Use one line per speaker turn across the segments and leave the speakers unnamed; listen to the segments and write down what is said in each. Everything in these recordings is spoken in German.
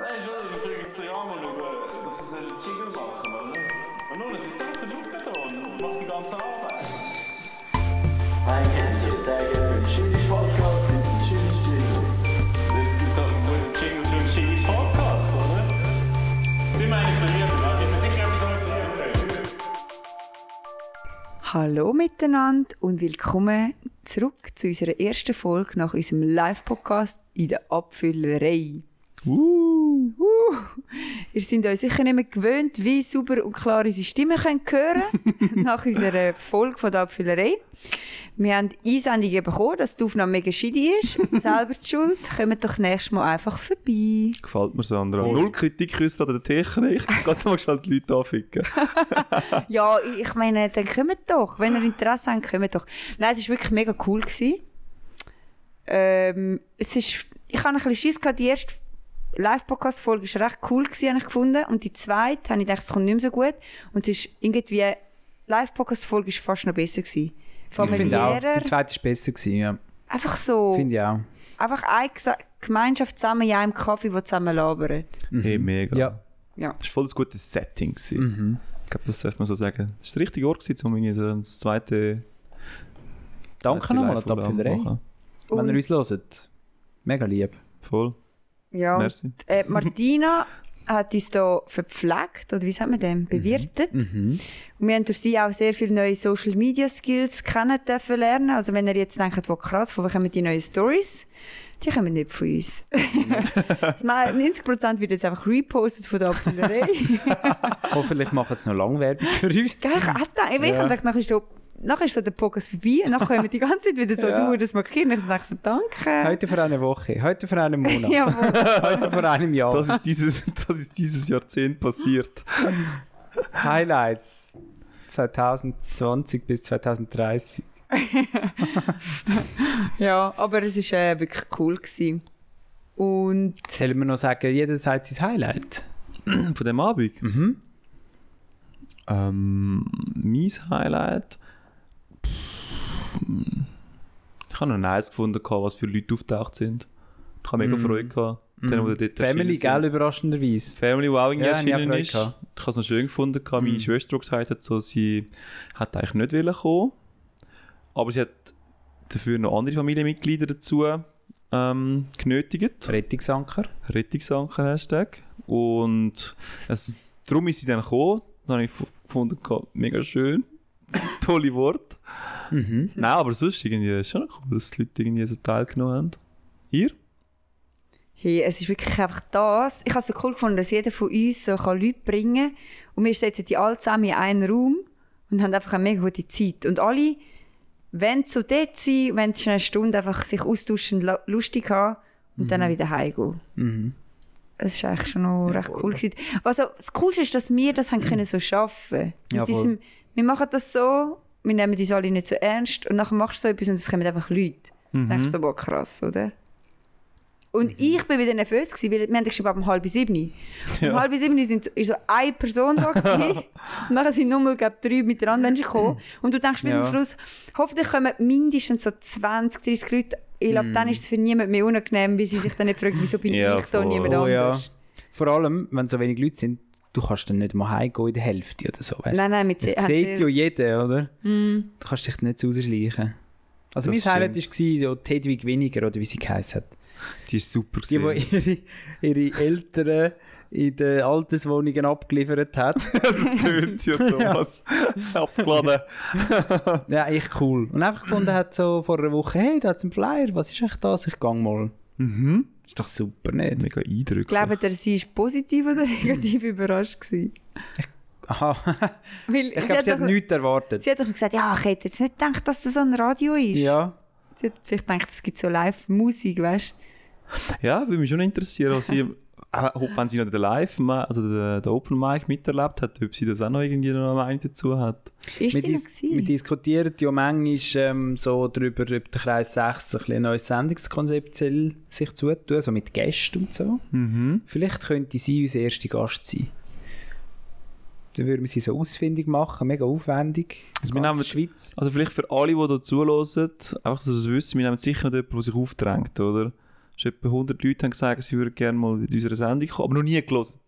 Nein, schon, ich bringe es dir an und schaue, dass es einen Jingle machen, oder? Und nun, es ist selbst der Luke da und macht die ganze Arbeit.
Ein Kenntnis, sehr gerne. Schönes Podcast mit einem schönen Jingle.
Jetzt gibt es halt so einen Jingle für einen Jingle Podcast, oder? Die meine ich bei mir, da wird mir sicher etwas anderes einfallen.
Hallo miteinander und willkommen zurück zu unserer ersten Folge nach unserem Live-Podcast in der Abfüllerei. Uh. Ihr seid euch sicher nicht mehr gewöhnt, wie sauber und klar unsere Stimmen können hören nach unserer Folge von der Abfüllerei. Wir haben Einsendungen bekommen, dass die Aufnahme mega shitty ist. Selber die Schuld. Kommt doch nächstes Mal einfach vorbei.
Gefällt mir, Sandra. Null Kritik küsst an den Technik. Gott, du magst halt die Leute anficken.
Ja, ich- ich meine, dann kommt doch. Wenn ihr Interesse habt, kommt doch. Nein, es war wirklich mega cool. Gewesen. Ähm, es ist, ich hatte ein bisschen Schiss. Gehabt. Die erste Live-Podcast-Folge war recht cool, gewesen, habe ich gefunden. Und die zweite, habe ich gedacht, es kommt nicht mehr so gut. Und es ist irgendwie, Live-Podcast-Folge war fast noch besser. Gewesen.
Ich finde auch,
Familiärer.
die zweite war besser, gewesen, ja.
Einfach so.
Finde ich auch.
Einfach eine Gesa- Gemeinschaft zusammen in einem Kaffee, die zusammen labert.
Hey, mega.
Mhm. Ja.
Ja.
Das war voll ein gutes Setting. Mhm. Ich glaube, das darf man so sagen. Es war der richtige Ort, gewesen, um irgendwie so ein zweite.
Danke
zweite
nochmal an die
Live-Programm
Abfüllerei,
machen.
wenn ihr
Und-
uns hört. Mega lieb.
Voll.
Ja, und
Merci.
äh, Martina hat uns hier verpflegt, oder wie sagt man dem, bewirtet.
Mhm.
Und wir haben durch sie auch sehr viele neue Social Media Skills kennen dürfen lernen. Also wenn ihr jetzt denkt, wo krass, von wo kommen die neuen Stories? Die kommen nicht von uns. Das ma- 90% wird jetzt einfach repostet von der Abfüllerei.
Hoffentlich machen sie noch lange Werbung für uns.
Gell, ich hab gedacht, ich ja.
Ja.
gedacht, nachher ist, der, nachher ist so der Podcast vorbei und nachher kommen die ganze Zeit wieder so
Ja.
durch das Markieren. Ich sage so, danke.
Heute vor einer Woche, heute vor einem Monat,
Jawohl.
heute vor einem Jahr.
Das ist, dieses, das ist dieses Jahrzehnt passiert.
Highlights 2020 bis 2030.
Ja, aber es war äh, wirklich cool. Gewesen. Und
Sollen wir noch sagen, jeder sagt sein Highlight?
Von dem Abend.
Mhm.
Ähm, mein Highlight. Pff, Ich habe noch nice gefunden, was für Leute aufgetaucht sind. Ich habe mega Freude gehabt. denen, die dort
Mhm. Family,
erschienen sind.
gell, überraschenderweise.
Family Wowing
Ja, habe ich auch
erschienen
Freude
ist. Ich habe
gehabt. Mhm.
es noch schön gefunden. gehabt. Meine Schwester hat gesagt hat, so, sie hat eigentlich nicht wollen kommen. Aber sie hat dafür noch andere Familienmitglieder dazu ähm, genötigt.
Rettungsanker.
Rettungsanker Hashtag. Und es, darum ist sie dann gekommen. Dann habe ich fu- gefunden, gehabt, mega schön. Tolle Worte.
Mhm.
Nein, aber sonst irgendwie ist schon cool, dass die Leute irgendwie so teilgenommen haben. Ihr?
hey, es ist wirklich einfach das. Ich habe es so cool gefunden, dass jeder von uns so kann Leute bringen kann. Und wir setzen die alle zusammen in einen Raum und haben einfach eine mega gute Zeit. Und alle wollen so dort sein, wollen schon eine Stunde einfach sich austauschen, la- lustig haben und dann auch wieder heimgehen.
Mhm.
Es war eigentlich schon noch recht cool. Gewesen. Also, das Coolste ist, dass wir das haben können so schaffen
Mhm. Jawohl.
Mit diesem, Wir machen das so, wir nehmen uns alle nicht so ernst und nachher machst du so etwas und es kommen einfach Leute. Mhm. Denkst du, boah, krass, oder? Und
Mhm.
ich war wieder nervös, gewesen, weil wir haben geschrieben ab um halb sieben. Um halb sieben sind, ist so eine Person da gewesen. und nachher sind nur glaub, drei mit den anderen Menschen gekommen. Und du denkst bis
Ja.
zum Schluss, hoffentlich kommen mindestens so 20, 30 Leute. Ich glaube, dann ist es für niemanden mehr unangenehm, weil sie sich dann nicht fragen, wieso bin
Ja,
ich da und
voll.
niemand
Oh Mhm. ja.
anders.
Vor allem, wenn so wenig Leute sind, du kannst dann nicht mal heimgehen in der Hälfte oder so. Weißt?
Nein, nein, mit
Das
hat
sieht ja
sie-
jeder, oder? Du kannst dich nicht so rausschleichen. Also
Das
mein Highlight war ja, die Hedwig Weniger, oder wie sie geheißen hat.
Die ist super
Die,
gewesen.
die ihre, ihre Eltern in den Alterswohnungen abgeliefert hat.
das tönt ja, Thomas. Abgeladen.
ja, echt cool. Und einfach gefunden hat so vor einer Woche, hey, da hat einen Flyer, was ist echt das? Ich gang mal.
Mhm.
Ist doch super, nicht?
Mega eindrücklich.
Glaubt ihr, sie war positiv oder negativ überrascht? Gewesen?
Aha.
Weil
Ich glaube, sie hat
doch,
nichts erwartet.
sie hat doch gesagt, ja, ich hätte jetzt nicht gedacht, dass das so ein Radio ist.
Ja.
Sie hat vielleicht gedacht, es gibt so Live-Musik, weißt du?
Ja, würde mich schon interessieren, was sie, äh, ob, wenn sie noch den Live, also den, den Open Mic miterlebt hat, ob sie das auch noch irgendwie noch eine Meinung dazu hat.
Ist
Wir,
sie
dis wir
noch gewesen?
diskutieren ja manchmal ähm, so darüber, ob der Kreis 6 ein, bisschen ein neues Sendungskonzept soll sich zutun, so mit Gästen und so.
Mhm.
Vielleicht könnte sie unser erster Gast sein. Dann würden wir sie so ausfindig machen, mega aufwendig.
Also wir
Ganze
nehmen-
Schweiz.
Also vielleicht für alle, die da zuhören, einfach, dass sie es wissen, wir nehmen sicher nicht jemanden, der sich aufdrängt, oder? Schon etwa 100 Leute haben gesagt, sie würden gerne mal in unsere Sendung kommen, aber noch nie gelesen.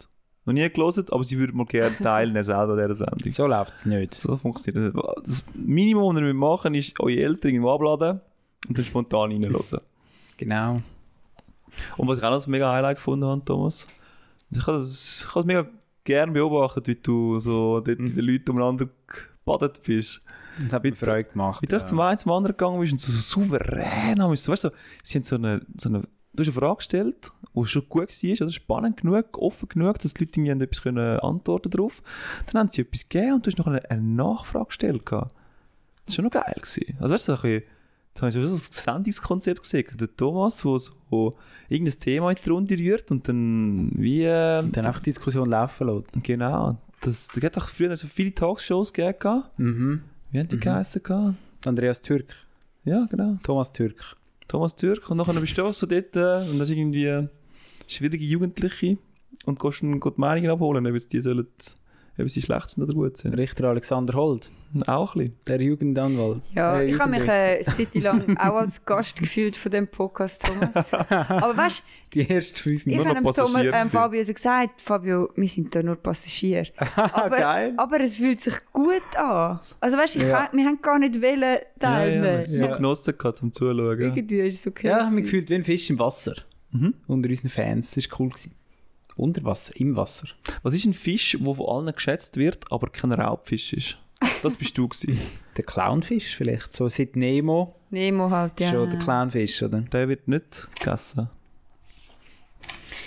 Noch nie gelesen, aber sie würden mal gerne teilnehmen selber an dieser Sendung.
So läuft es nicht.
So funktioniert das. Das Minimum, was wir machen, ist eure Eltern irgendwo abladen und dann spontan reinhören.
Genau.
Und was ich auch noch als mega Highlight gefunden habe, Thomas, ich habe das, ich habe das mega gerne beobachtet, wie du so dort mit den Leuten umeinander gebadet bist.
Das hat
Wie
mir Freude gemacht.
Wie du zum einen zum anderen gegangen bist und so, so souverän haben müssen. Weißt du, so, sie haben so eine, so eine, du hast eine Frage gestellt, die schon gut war, oder spannend genug, offen genug, dass die Leute irgendwie haben etwas können antworten darauf. Dann haben sie etwas gegeben und du hast noch eine, eine Nachfrage gestellt. gehabt. Das war schon noch geil. Gewesen. Also weißt du, so ein bisschen, da habe ich schon so das Sendungskonzept gesehen. Der Thomas, der so irgendein Thema in die Runde rührt und dann wie... äh,
Und dann einfach die Diskussion laufen lassen.
Genau. Das, es hat auch früher so viele Talkshows gegeben.
Mhm.
Wie haben die geheißen geheißen?
Andreas Türk.
Ja, genau.
Thomas Türk.
Thomas Türk und nachher bist du auch so dort äh, und das ist irgendwie schwierige Jugendliche und gehst dann gehst die Meinungen abholen, ob jetzt die sollen, ob sie schlecht sind oder gut sind.
Richter Alexander Holt.
Auch ein bisschen.
Der Jugendanwalt.
Ja,
der
ich habe mich
Jugendrichter.
äh, eine Zeit lang auch als Gast gefühlt von dem Podcast, Thomas. Aber weißt
Die ersten
ich
fünf
Nur
Minuten.
noch
habe dem Thomas,
Passagiere
ähm,
sind.
Fabio so gesagt, Fabio, wir sind da nur Passagier. aber,
Ah, geil.
aber es fühlt sich gut an. Also weißt du, ich
Ja.
ha- wir haben gar nicht wollen
ja,
teilnehmen.
ja, ja. genossen gehabt, zum Zuschauen.
Irgendwie ist es okay.
Ja, ich habe mich
gewesen.
gefühlt wie ein Fisch im Wasser. Unter unseren Fans. Das war cool. Gewesen. Unter Wasser, im Wasser.
Was ist ein Fisch, der von allen geschätzt wird, aber kein Raubfisch ist? Das bist du gewesen.
Der Clownfisch vielleicht. So seit Nemo
Nemo halt, ja.
ist schon der Clownfisch, oder?
Der wird nicht gegessen.
Der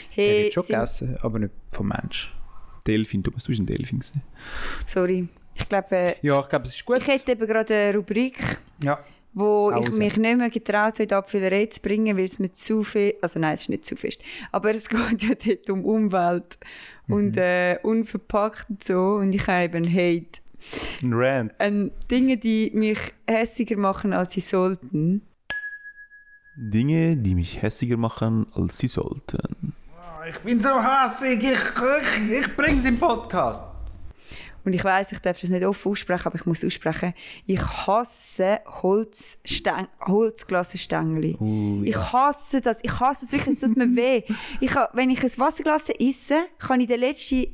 Hey,
wird schon
sind-
gegessen, aber nicht vom Mensch.
Delfin, du bist du bist ein Delfin gewesen.
sorry. Ich glaube, äh,
Ja, ich glaube, es ist gut.
ich hätte eben gerade eine Rubrik,
Ja.
wo ich
Pause.
mich nicht mehr getraut habe, in die Abfüllerei zu bringen, weil es mir zu viel, also nein, es ist nicht zu fest, aber es geht ja dort um Umwelt und äh, unverpackt und so und ich habe eben Hate.
Ein Rant.
Ähm, Dinge, die mich hässiger machen, als sie sollten.
Dinge, die mich hässiger machen, als sie sollten.
Ich bin so hassig, ich, ich, ich bring's im Podcast.
Und ich weiß, ich darf das nicht offen aussprechen, aber ich muss aussprechen. Ich hasse Holzstäng Holzglasstängel. ich hasse das. Ich hasse es wirklich. Es tut mir weh. Ich, ha- wenn ich ein Wasserglas esse, kann ich den letzten,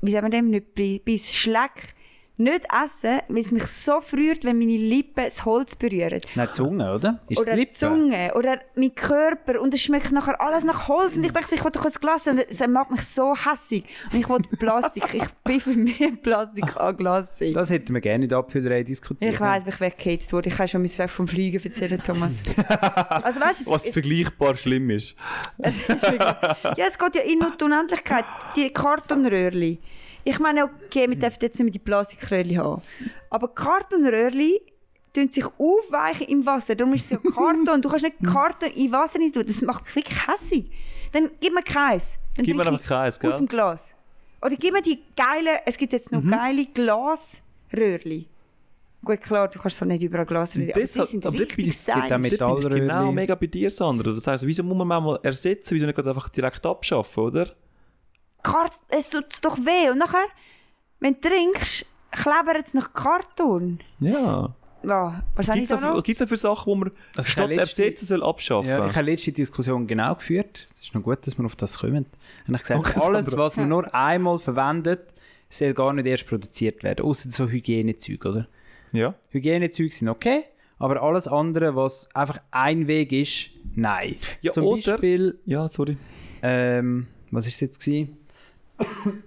wie sagen wir dem, nicht bi- bis Schleck nicht essen, weil es mich so rührt, wenn meine Lippen das Holz berühren.
Nein, die Zunge, oder? Ist
oder
die
die
Lippe?
Zunge oder mein Körper und es schmeckt nachher alles nach Holz und ich
Hm.
denke, ich will doch ein Glas und es macht mich so hässig und ich will Plastik, ich bin für mehr Plastik an Glas. Ich
Das hätten wir gerne in der Abführerei diskutiert.
weiss, wie ich weggehatet wurde. Ich kann schon mein Weg vom Fliegen erzählen, Thomas. Also weißt du,
Was
es, es,
vergleichbar schlimm ist.
es ist wirklich- ja, es geht ja in die Unendlichkeit. Die Kartonröhrli. Ich meine, okay, wir dürfen jetzt nicht mehr die Plastikröhrli haben. Aber Kartonröhrli tun sich aufweichen im Wasser. Darum ist es ja Karton. Du kannst nicht Karton in Wasser rein tun. Das macht mich wirklich hässig. Dann gib mir keins. Dann
Gib mir
trinke
einfach keins,
ich
gell? Mhm.
Aus dem Glas. Oder gib mir die geilen, es gibt jetzt noch geile Glasröhrli. Gut, klar, du kannst so nicht überall Glasröhrli. Aber die
Deshalb-
sind
aber dort bin
richtig
ich-
Gibt auch
sein.
mit-
Dort bin ich
Metallröhrchen.
Genau, mega bei dir, Sandra. Das heisst, wieso muss man manchmal ersetzen, wieso nicht gerade einfach direkt abschaffen, oder?
Kart es tut doch weh. Und nachher, wenn du trinkst, klebert es nach Karton.
Ja.
Ja, was
Es
habe
gibt
ich da
so,
noch?
es gibt so viele Sachen, wo man
Also
statt
der letzte-
ersetzen soll abschaffen.
Ja, ich habe letzte Diskussion genau geführt. Es ist noch gut, dass wir auf das kommen. Und ich gesagt,
Okay,
alles,
Sandra.
was man nur einmal verwendet, soll gar nicht erst produziert werden. Außer so Hygienezeug, oder?
ja.
Hygienezeug sind okay, aber alles andere, was einfach ein Weg ist, nein.
Ja,
Zum
oder-
Beispiel,
Ja, sorry.
ähm, was ist es jetzt? Gewesen?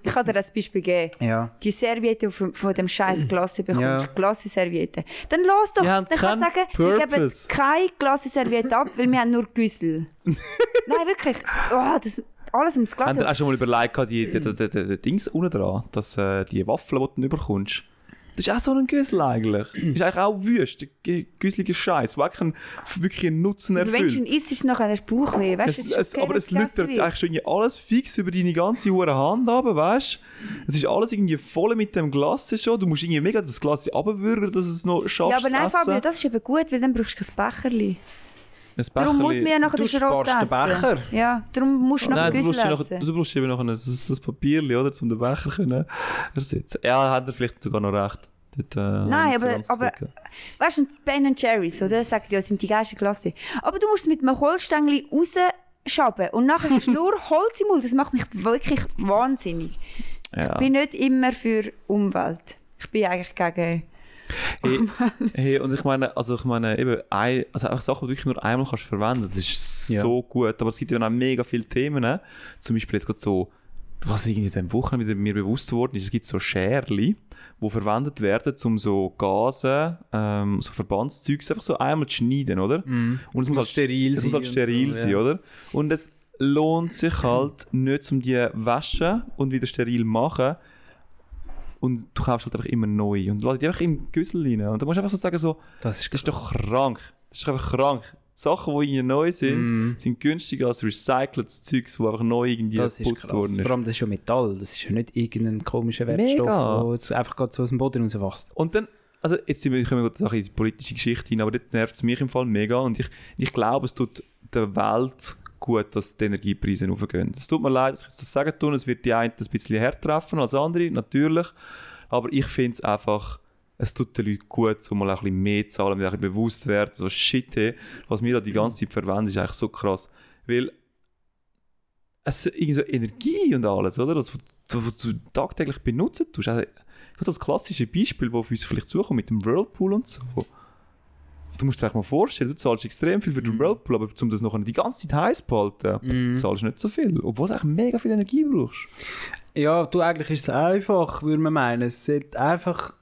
Ich kann dir das Beispiel geben.
Ja.
Die Serviette die du von dem scheiß Glas bekommst,
Ja.
Glasservietten. Dann los doch!
Die haben
Dann kannst du sagen,
keinen
wir geben
Purpose.
keine Glasserviette ab, weil wir haben nur Güssel. Nein, wirklich. Oh, das, alles ums Glas.
Haben ihr auch schon mal überlegt, gehabt, die, die, die, die, die, die Dings unten dran, dass äh, die Waffeln, die du überkommst, das ist auch so ein Güssel eigentlich. ist eigentlich auch wüst, ein güsseliger Scheiß, der eigentlich einen- wirklich einen Nutzen
Aber wenn du ihn
erfüllt.
isst, ist es nachher ein Bauchweh. Weißt, du,
Es,
ist genau
es,
okay,
aber
wenn
es
gegessen
lüttert
wird.
eigentlich schon irgendwie alles fix über deine ganze hure Hand runter, weißt Es ist alles irgendwie voll mit dem Glas schon. Du musst irgendwie mega das Glas runterwürgen, dass es noch schaffst.
Ja, aber nein,
zu essen.
Fabio, das ist eben gut, weil dann brauchst du kein Becherli.
Ein
Darum muss
Becherli.
man ja nachher
Du
den Schrott
sparst den
essen.
Becher.
Ja, darum musst du nachher
Nein, du
Güssel
brauchst, ja noch,
essen.
du ne, brauchst eben noch ein, das, das Papierchen, oder, um den Becher können ersetzen. Ja, hat er vielleicht sogar noch recht. Dort, äh,
Nein,
haben sie
aber-
ganz
aber-
zurück.
Weißt du, und Ben und Jerry's, oder? Sagt ja, sind die geilste Klasse. Aber du musst es mit einem Holzstängel rausschaben und nachher hast du nur Holz im Mund. Das macht mich wirklich wahnsinnig.
Ja.
Ich bin nicht immer für Umwelt. Ich bin eigentlich gegen...
Oh
Hey, hey, und ich meine, also ich meine, eben, ein, also einfach Sachen, die du wirklich nur einmal kannst verwenden, das ist
Ja.
so gut. Aber es gibt ja auch mega viele Themen, ne? zum Beispiel jetzt gerade so, was irgendwie in diesem Wochen wieder mir bewusst worden ist, es gibt so Scherli, die verwendet werden, um so Gase, ähm, so Verbandszeugs einfach so einmal zu schneiden, oder? Und es muss halt
Mhm. steril
es muss halt
sein und
steril
so,
sein,
ja.
oder? Und es lohnt sich halt nicht, um die waschen und wieder steril zu machen, und du kaufst halt einfach immer neu und lädst die einfach im Güssel rein. Und dann musst du einfach so sagen, so,
Das ist
das ist doch krank. Das ist doch einfach krank. Sachen, die irgendwie neu sind, sind günstiger als recyceltes Zeugs, wo einfach neu irgendwie
Mhm. das ist
geputzt
krass.
worden ist.
Vor allem, das ist ja Metall. Das ist ja nicht irgendein komischer
Mega.
Werkstoff, der jetzt einfach gerade so aus dem Boden rauswächst.
Und dann, also jetzt sind wir, kommen wir gerade so ein bisschen in die politische Geschichte hin, aber dort nervt es mich im Fall mega und ich, ich glaube, es tut der Welt gut, dass die Energiepreise raufgehen. Es tut mir leid, dass ich jetzt das sagen tun, es wird die einen ein bisschen härter treffen als andere, natürlich, aber ich finde es einfach, es tut den Leuten gut, so mal ein bisschen mehr zu zahlen, damit ein bisschen bewusst werden, so shit, hey, was wir da die ganze Zeit verwenden, ist eigentlich so krass, weil es irgendwie so Energie und alles, oder? Das, was du, was du tagtäglich benutzen tust. Also, das das klassische Beispiel, das auf uns vielleicht zukommt, mit dem Whirlpool und so. Du musst dir eigentlich mal vorstellen, du zahlst extrem viel für
Mhm.
den Whirlpool, aber um das nachher die ganze Zeit heiß zu behalten, zahlst du nicht so viel. Obwohl du eigentlich mega viel Energie brauchst.
Ja, du, eigentlich ist es einfach, würde man meinen. Es sollte einfach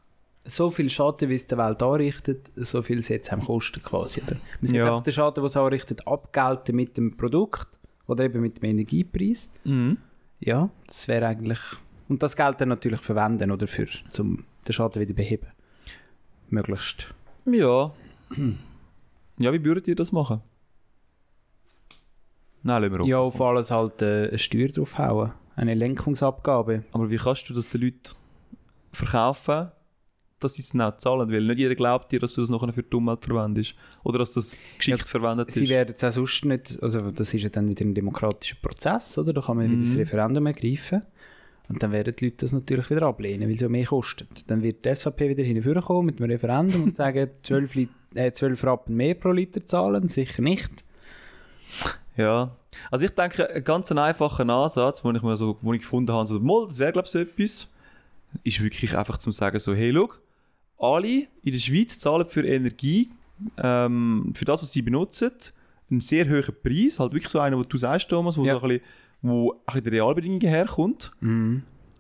so viel Schaden, wie es der Welt anrichtet, so viel sollte es einem kosten quasi. Oder? Man sollte
Ja.
einfach den Schaden, den es anrichtet, abgelten mit dem Produkt oder eben mit dem Energiepreis. Ja, das wäre eigentlich... Und das Geld dann natürlich verwenden, oder, für, um den Schaden wieder beheben. Möglichst.
Ja. ja, wie würdet ihr das machen? Nein, lassen wir auf.
Ja, auf alles halt äh, eine Steuer draufhauen. Eine Lenkungsabgabe.
Aber wie kannst du das den Leuten verkaufen, dass sie es nicht zahlen? Weil nicht jeder glaubt dir, dass du das nachher für die Umwelt verwendest. Oder dass das geschickt verwendet
Sie
ist.
werden es auch sonst nicht, also das ist ja dann wieder ein demokratischer Prozess, oder? Da kann man wieder das
Mhm.
Referendum ergreifen. Und dann werden die Leute das natürlich wieder ablehnen, weil es ja mehr kostet. Dann wird die SVP wieder hinführen kommen mit dem Referendum und sagen, 12, Lit äh, 12 Rappen mehr pro Liter zahlen, sicher nicht.
Ja. Also ich denke, ein ganz einfacher Ansatz, den ich mir so wo ich gefunden habe, so, «Mol, das wäre glaube ich so etwas, ist wirklich einfach zum sagen so, hey, schau, alle in der Schweiz zahlen für Energie, ähm, für das, was sie benutzen, einen sehr hohen Preis, halt wirklich so einen, wo du sagst, Thomas, wo
Ja.
so ein bisschen, wo ein bisschen die Realbedingungen herkommt.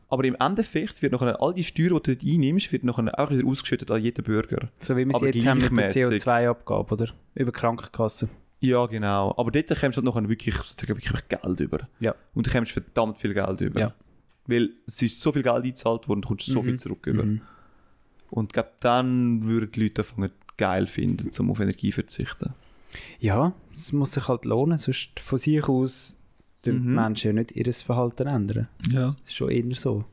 Aber im Endeffekt wird nachher all die Steuern, die du dort einnimmst, wird nachher auch wieder ausgeschüttet an jeden Bürger.
So wie wir es
Aber
jetzt haben mit der
gleichmässig.
CO2-Abgabe, oder? Über die Krankenkasse.
Ja, genau. Aber dort kommst du halt nachher wirklich, sozusagen wirklich Geld über.
Ja.
Und du kommst verdammt viel Geld über.
Ja.
Weil es ist so viel Geld eingezahlt worden, du kommst so viel zurück über. Und ich glaube, dann würden die Leute anfangen, geil finden, um auf Energie zu verzichten.
Ja, es muss sich halt lohnen, sonst von sich aus tun die
Mhm.
Menschen ja nicht ihr Verhalten ändern.
Ja.
Das ist schon eher so.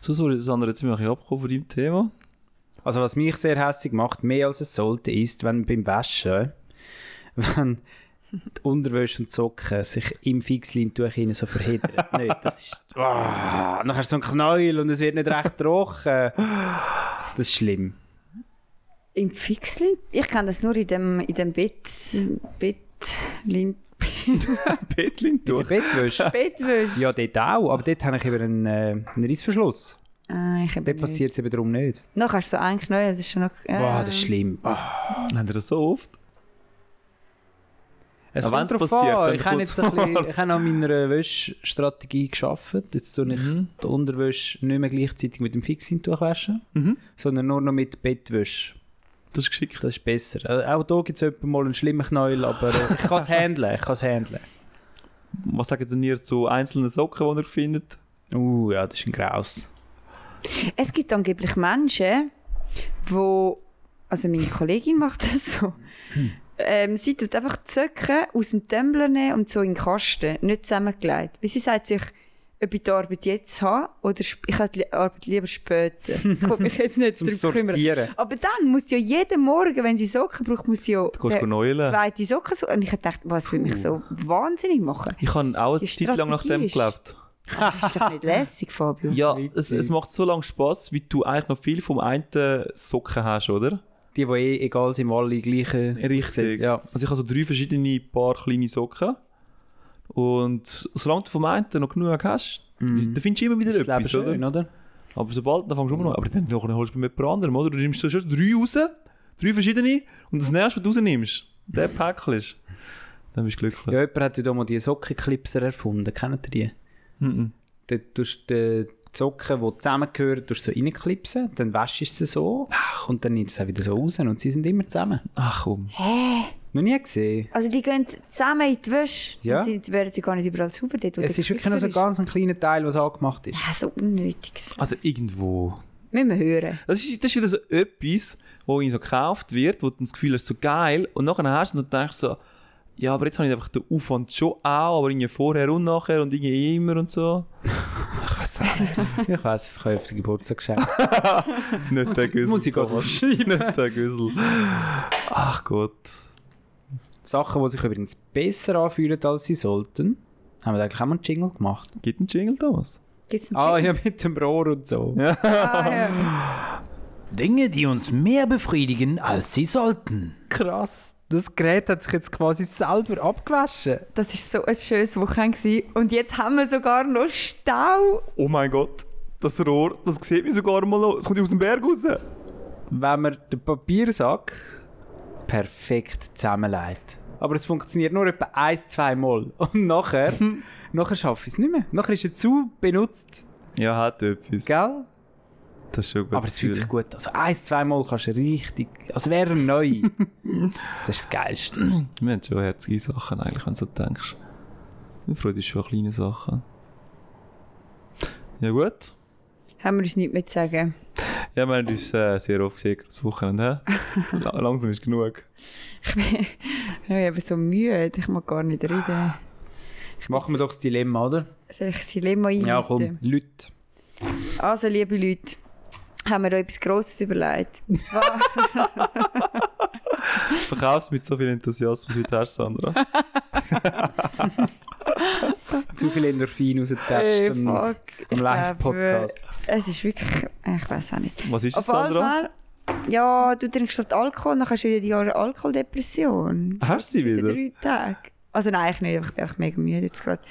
So, sorry, das andere, jetzt sind wir ein bisschen abgekommen von deinem Thema.
Also was mich sehr hässlich macht, mehr als es sollte, ist, wenn beim Waschen, wenn die Unterwäsche und die Socken sich im Fixleintuch hinein so verheddern. nicht, das ist... Oh, nachher ist so ein Knäuel und es wird nicht recht trocken. Das ist schlimm.
Im Fixlin? Ich kenne das nur in dem, in dem Bett... Bettlin...
Bettlin
Mit der
durch.
Bettwäsche?
Bettwäsche?
ja, dort auch, aber dort habe ich eben einen, äh, einen Reissverschluss.
Ah, ich habe
Dort
nicht. Ähm.
passiert es eben darum nicht.
Noch hast du so einen Knäuel, das ist schon noch...
Boah, das ist schlimm. Ah.
Haben ihr das so oft?
Es
Aber
kommt
wenn's
drauf
passiert,
an.
dann
Ich habe
kommt's
jetzt ein bisschen, ich habe an meiner Wäschstrategie geschafft. Jetzt tue ich
Mhm.
die Unterwäsche nicht mehr gleichzeitig mit dem Fixintuch waschen,
Mhm.
sondern nur noch mit Bettwäsche.
Das ist geschickt.
Das ist besser. Also Auch da gibt es etwa mal einen schlimmen Knäuel, aber äh, ich kann es handeln. Ich kann es handeln.
Was sagt denn ihr zu einzelnen Socken, die ihr findet?
Uh, ja, das ist ein Graus.
Es gibt angeblich Menschen, wo also meine Kollegin macht das so. Ähm, sie tut einfach die Socken aus dem Tumbler nehmen und so in den Kasten, nicht zusammengelegt. Weil sie sagt sich, ob ich die Arbeit jetzt habe oder sp- ich habe die Arbeit lieber später. Ich will mich jetzt nicht
Zum
darum kümmern.
Sortieren.
Aber dann muss ja jeden Morgen, wenn sie Socken braucht, muss sie ja
Du kannst
den
neulen.
zweite Socken suchen. Und ich habe gedacht, was will mich so wahnsinnig machen?
Ich habe auch eine
Die
Zeit lang nach dem
Strategie ist-
gelebt.
Das ist doch nicht lässig, Fabio.
Ja,
Witzig.
es, es macht so lange Spass, wie du eigentlich noch viel vom einen Socken hast, oder?
Die, die eh egal sind, alle gleiche.
Richtig.
Ja.
Also ich habe so drei verschiedene paar kleine Socken. Und solange du vom einen noch genug hast, dann findest du immer wieder
Mhm. Das Leben
etwas,
ist schön,
oder?
oder?
Aber sobald, dann fängst du immer noch. Aber dann nachher holst du bei jemand anderem, oder? Du nimmst so schon drei raus, drei verschiedene, und das nächste, was du rausnimmst, der päckelst. Dann bist du glücklich.
Ja, jemand hat ja da mal die Sockenklipser erfunden. Kennt ihr die?
Mhm.
Dann tust du die Socken, die zusammengehören, tust du so reinklipsen, dann wäschst du sie so und dann nimmst du sie wieder so raus und sie sind immer zusammen.
Ach komm.
Noch nie gesehen.
Also die gehen zusammen in die Wäsche.
Ja.
Dann sind, werden sie gar nicht überall sauber dort, wo
Es
der
ist wirklich nur so
Knipser
ein ganz ein kleiner Teil, was angemacht ist.
ist. Ja, so Unnötiges.
Also irgendwo.
Müssen wir hören.
Das ist, das ist wieder so etwas, wo irgendwie so gekauft wird, wo du das Gefühl hast, so geil, und nachher hast du und dann denkst du so, ja, aber jetzt habe ich einfach den Aufwand schon auch, aber irgendwie vorher und nachher und irgendwie immer und so. Ich weiß auch nicht.
Ich weiss, es kann auf den Geburtstag geschehen.
nicht der Güssel.
muss ich gerade
Thomas. Nicht der Güssel. Ach Gott.
Sachen, die sich übrigens besser anfühlen, als sie sollten, haben wir da eigentlich auch mal einen Jingle gemacht.
Gibt ein Jingle, Thomas?
Gibt's einen
Ah ja, mit dem Rohr und so.
Ah, ja.
Dinge, die uns mehr befriedigen, als sie sollten.
Krass. Das Gerät hat sich jetzt quasi selber abgewaschen.
Das war so ein schönes Wochenende. gewesen. Und jetzt haben wir sogar noch Stau.
Oh mein Gott. Das Rohr, das sieht mich sogar mal noch. Es kommt aus dem Berg raus.
wenn man den Papiersack perfekt zusammenlegt. Aber es funktioniert nur etwa ein, zwei Mal. Und nachher, nachher schaffe ich es nicht mehr. Nachher ist er zu benutzt,
Ja, hat etwas.
gell?
Das ist schon gut.
Aber es fühlt sich gut an. Also ein, zwei Mal kannst du richtig, als wäre er neu. das ist das Geilste.
Wir haben schon herzige Sachen, eigentlich, wenn du so denkst. Wir freuen uns schon an kleine Sachen. Ja gut.
Haben wir uns nichts mehr zu sagen.
Ja, wir haben uns äh, sehr oft gesehen, das Wochenende. hä? La- Langsam ist genug.
Ich bin, ich bin eben so müde. Ich mag gar nicht reden.
Machen wir doch das Dilemma, oder?
Soll ich das Dilemma einleiten?
Ja, komm, Leute.
Also, liebe Leute, haben wir da etwas Grosses überlegt. Und zwar...
Verkaufst mit so viel Enthusiasmus wie du hast, Sandra.
Zu viel Endorphin rausgetatscht
Ey,
am,
fuck.
am Live-Podcast.
Es ist wirklich... Ich weiß auch nicht.
Was ist das,
Auf jeden
Sandra?
Fall, ja, du trinkst halt Alkohol, dann hast du wieder die Jahre Alkoholdepression.
Hast du sie
Seit
wieder?
drei Tagen. Also nein, ich nicht, aber ich bin einfach mega müde jetzt gerade.